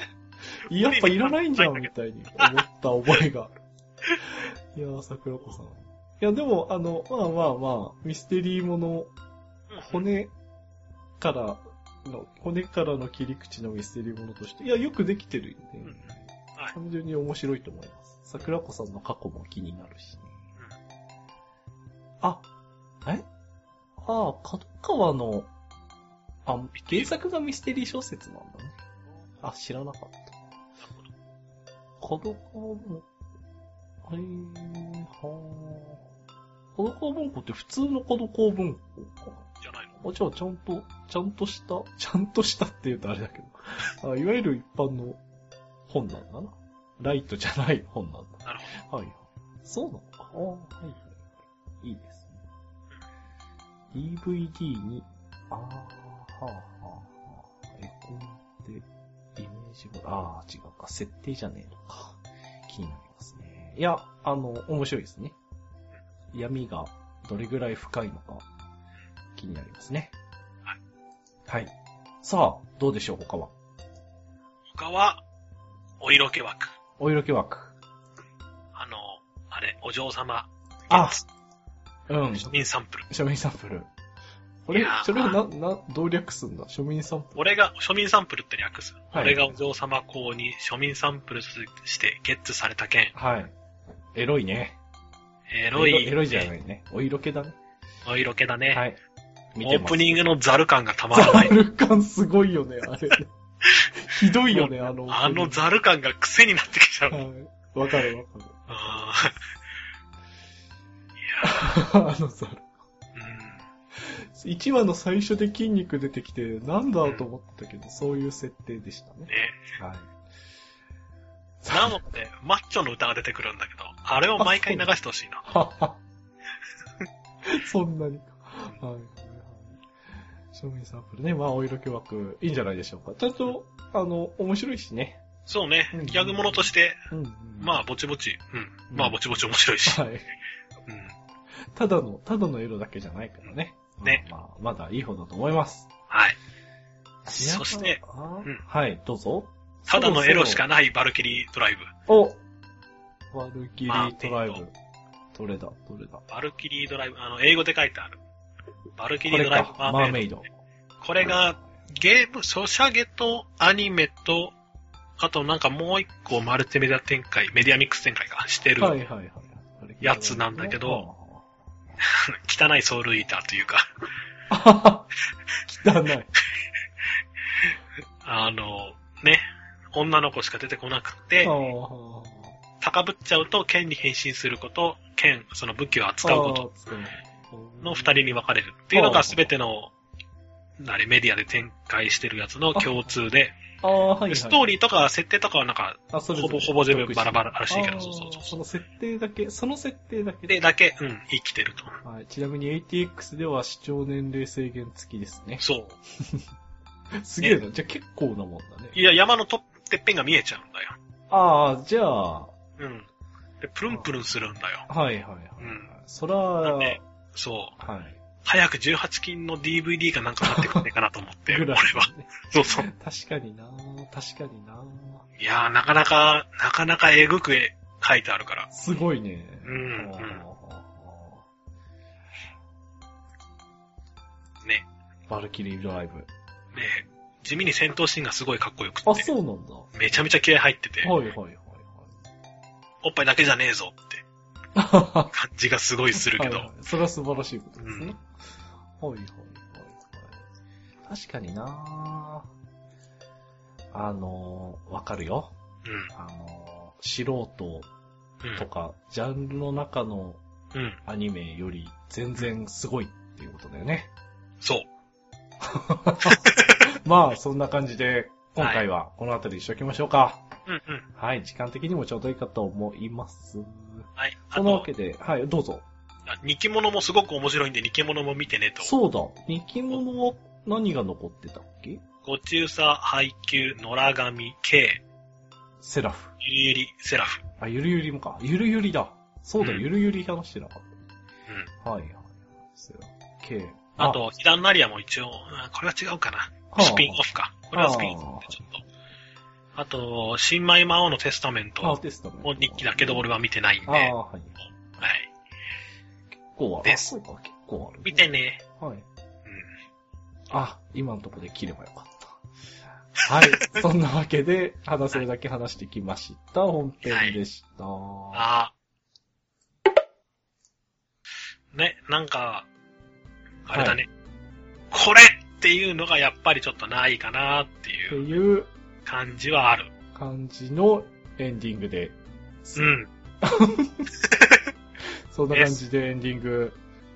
A: やっぱいらないんじゃんみたいに思った覚えがある。いやー、桜子さん。いや、でも、あの、まあまあまあ、ミステリーもの、
B: うん
A: 骨からの、骨からの切り口のミステリーものとして、いや、よくできてるよね
B: うん。はい
A: 単純に面白いと思います。桜子さんの過去も気になるしね。あ、えああ、角川の、あ、原作がミステリー小説なんだね。あ、知らなかった。角川文庫。へー、はー。角川文庫って普通の角川文庫か
B: じゃない
A: な。
B: の
A: あ、じゃあちゃんと、ちゃんとした、ちゃんとしたって言うとあれだけど。あいわゆる一般の本なんだな。ライトじゃない本なんだ。
B: なる
A: はい。そうなのか。ああ、はい。いいですね。DVD に、ああ、はあ、はあ、はあ、絵コンって、イメージが、ああ、違うか、設定じゃねえのか。気になりますね。いや、あの、面白いですね。闇がどれぐらい深いのか、気になりますね。
B: はい。
A: はい。さあ、どうでしょう、他は。
B: 他は、お色気枠。
A: お色気枠。
B: あの、あれ、お嬢様。
A: あうん。
B: 庶民サンプル。
A: 庶民サンプル。これ
B: いや、ー
A: それはな、な、どう略すんだ庶民サンプル。
B: 俺が、庶民サンプルって略す。
A: はい
B: 俺がお嬢様公に庶民サンプルとしてゲッツされた件。
A: はい。エロいね。
B: エロい。
A: エロいじゃないね。お色気だね。
B: お色気だね。
A: はい。見
B: オ
A: て
B: ー
A: ます。
B: プニングのザル感がたまら
A: ザ
B: ない。
A: ル感すごいよね、 あれ。ひどいよね、あの。
B: あのザル感が癖になってきちゃう。
A: はい。わかるわかる。
B: あ
A: あのザル。
B: ーうん
A: 1話の最初で筋肉出てきて、なんだと思ってたけど、そういう設定でしたね。
B: ね、
A: はい。
B: なので、マッチョの歌が出てくるんだけど、あれを毎回流してほしいな。
A: はは。 そんなにか。はいはいはい。庶民サンプルね。まあ、お色気枠、いいんじゃないでしょうか。ちゃんと、あの、面白いしね。
B: そうね
A: うん、
B: ギャグものとして、
A: うん、
B: ま
A: あ。
B: あ、ぼちぼち、うん。
A: うん
B: まあ、ぼちぼち面白 いし。
A: はい。
B: うん。
A: ただの、ただの色だけじゃないからね。
B: ね
A: まあ、まあまだいい方だと思います。
B: はい。そして、
A: あー
B: うん
A: はい、どうぞ。
B: ただのエロしか
A: な
B: ないバルキリードライブ。
A: おバルキリートライブ。どれだ、どれだ。
B: バルキリードライブ、あの、英語で書いてある。バルキ
A: これ
B: リードライブ
A: か、マ
B: マー
A: ーメ
B: メイ
A: イ
B: ド。
A: ド。
B: これが、ゲーム、ソシャゲとアニメと、あとなんかもう一個マルチメディア展開、メディアミックス展開がしてる
A: はいはいはい。
B: やつなんだけど、汚いソウルイーターというか、
A: あはは。 汚い。
B: あの、ね、女の子しか出てこなくて
A: あ、ー
B: 高ぶっちゃうと剣に変身すること、剣、その武器を扱うこと
A: と
B: の二人に分かれるっていうのが全ての、なにメディアで展開してるやつの共通で、
A: ああ、はい、はい。
B: ストーリーとか設定とかはなんか、
A: あそれぞ
B: ほ
A: れ
B: ぼほぼ全部バラバラらしいけ
A: あ
B: ど、
A: ー
B: そうそう
A: そ
B: そ
A: の設定だけ、その設定だけ
B: う。で、だけ、うん、生きてると。
A: はい、ちなみに ATX では視聴年齢制限付きですね。
B: そう。
A: すげえな。じゃあ結構なもんだね。
B: いや、山のとてっぺんが見えちゃうんだよ。
A: ああ、じゃあ、
B: うん。で、プルンプルンするんだよ。
A: はいはいはい。
B: うん。
A: そら、は
B: ね
A: い。
B: そう。早く18金の DVD かなんか買ってくんねえかなと思って、
A: ぐ
B: 俺
A: らい
B: は。 そうそう。
A: 確かにな確かにない
B: やー、なかなか、なかなかえぐくえ書いてあるから。
A: すごいね。
B: うん
A: あー
B: うんね。
A: バルキリードライブ。
B: ね地味に戦闘シーンがすごいかっこよく
A: あ、
B: って。
A: そうなんだ。
B: めちゃめちゃ気合入ってて、
A: はいはいはい
B: おっぱいだけじゃねえぞって
A: はい。
B: 感じがすごいするけど。
A: はいはいそれは素晴らしいことですね。はいはいはいはい。確かになあのー、わかるよ。
B: う
A: あのー、素人
B: ん。
A: とか、ジャンルの中の
B: うん。うん。
A: アニメより全然すごいっていうことだよね。
B: そう。
A: まあ、そんな感じで、今回はこの辺りにしときましょうか。
B: うんうん。
A: はい、時間的にもちょうどいいかと思います。
B: はい。あ
A: そんなわ
B: と
A: け、で、はい、どうぞ。
B: あニキモノもすごく面白いんで、ニキモノも見てねと。
A: そうだ、人気者は何が残ってたっけ
B: ご中佐、配給、野良神、K、
A: セラフ。
B: ゆりゆり、セラフ。
A: あ、ゆるゆりもか。ゆるゆりだ。そうだ、
B: うん
A: ゆるゆり話してなかっ
B: うん。
A: た。はい、はい。セラフ。K。
B: あと、ヒダンナリアも一応、あこれは違うかな。
A: はあ
B: スピンオフか。これはスピンオフでちょっと。あと、新米魔王のテスタメント
A: あ、
B: も
A: テストね。
B: 日記だけど俺は見てないんで。
A: あ
B: はい。
A: あ、はい。結構ある。
B: で
A: あ、
B: す
A: そうか、結構ある。
B: 見て。ね。
A: はい。
B: うん。
A: あ、今のとこで切ればよかった。 はい。そんなわけで、話せるだけ話してきました。本編でした。
B: ああ。ね、なんか、あれだね。これっていうのがやっぱりちょっとないかなって
A: っ
B: い
A: て
B: う
A: いう
B: 感じはある。
A: 感じのエンディングで。
B: うん。
A: そんな感じでエンディング、
B: はい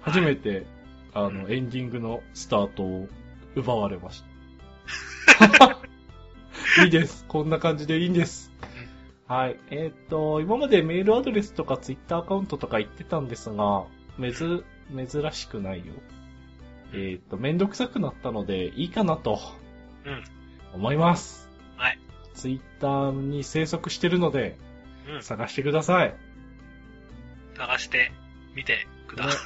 A: 初めて、あ
B: う
A: の、
B: ん
A: エンディングのスタートを奪われま した。いいです。こんな感じでいいんです。はい。えっ、と、今までメールアドレスとかツイッターアカウントとか言ってたんですが、めず、珍しくないよ。えっ、と、めんどくさくなったので、いいかなと、
B: うん。
A: 思います。
B: はい。
A: ツイッターに生息してるので、
B: うん。
A: 探してください。
B: 探してみてください。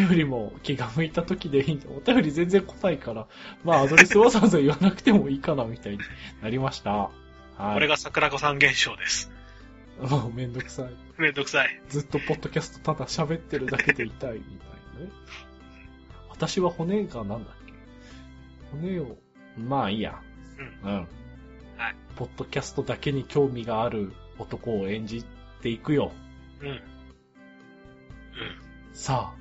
A: お便りも気が向いた時でいいんで、お便り全然来ないから、まあアドレスわざわざ言わなくてもいいかなみたいになりました。はい。
B: これが桜子さん現象です。
A: もうめんどくさい。
B: めんどくさい。
A: ずっとポッドキャストただ喋ってるだけで痛いみたいなね。私は骨がなんだっけ骨を、まあいいや。うん。はい。ポッドキャストだけに興味がある男を演じていくよ。
B: うん。うん。
A: さ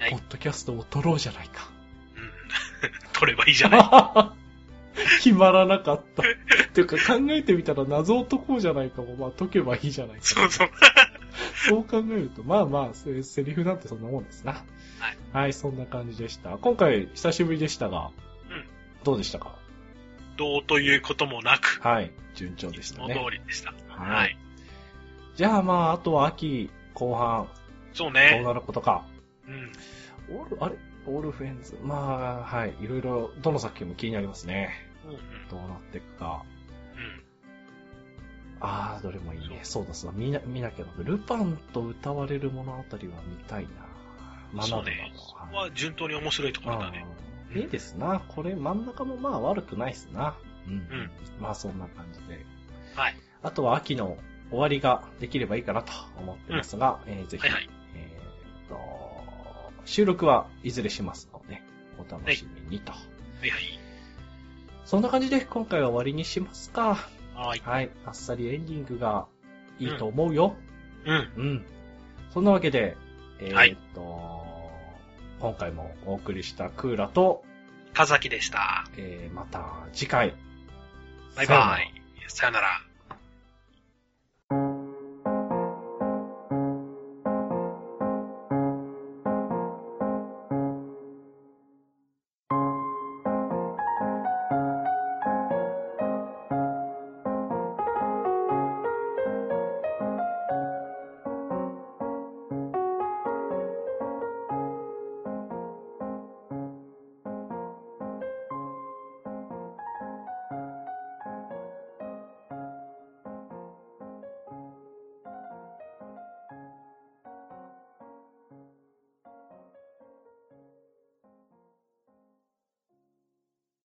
A: あ、
B: はい
A: ポッドキャストを撮ろうじゃないか。
B: うん。取ればいいじゃ な い。
A: 決まらなかった。っていうか考えてみたら謎を解こうじゃないかも、まあ解けばいいじゃないか。
B: そうそう。
A: そう考えると、まあまあ、せセリフなんてそんなもんですな。はい。そんな感じでした。今回久しぶりでしたが、
B: うん
A: どうでしたか
B: どうということもなく、
A: はい。順調
B: い
A: でし
B: つ
A: た
B: も
A: ね。
B: 通りでした。
A: はい
B: はい。
A: じゃあまあ、あとは秋後半、
B: そう
A: どう
B: ね。
A: なることか。
B: うん。
A: オール、あれオールフェンズ。まあ、はい。いろいろ、どの作品も気になりますね。
B: うん。うん。
A: どうなっていくか。ああ、どれもいいね。そうだそうだ。見な、見なきゃな。ルパンと歌われるものあたりは見たいな。
B: そう
A: 学ぶ
B: ね。そこ
A: な
B: は順当に面白いところだね。
A: あーいいですな。これ真ん中もまあ悪くないっすな。うん。
B: ん
A: まあそんな感じで。
B: はい。
A: あとは秋の終わりができればいいかなと思ってますが、えーぜひ、
B: はいはい。
A: えーっと、収録はいずれしますので、お楽しみにと。
B: はいはい。
A: そんな感じで今回は終わりにしますか。
B: はい。
A: はい。あっさりエンディングがいいと思うよ。
B: うん。
A: うん。そんなわけで、え
B: は
A: ー
B: い
A: っと、今回もお送りしたクーラと、
B: 田崎でした。
A: えーまた次回。
B: バイ
A: さよな
B: バ
A: ら
B: イ。さよなら。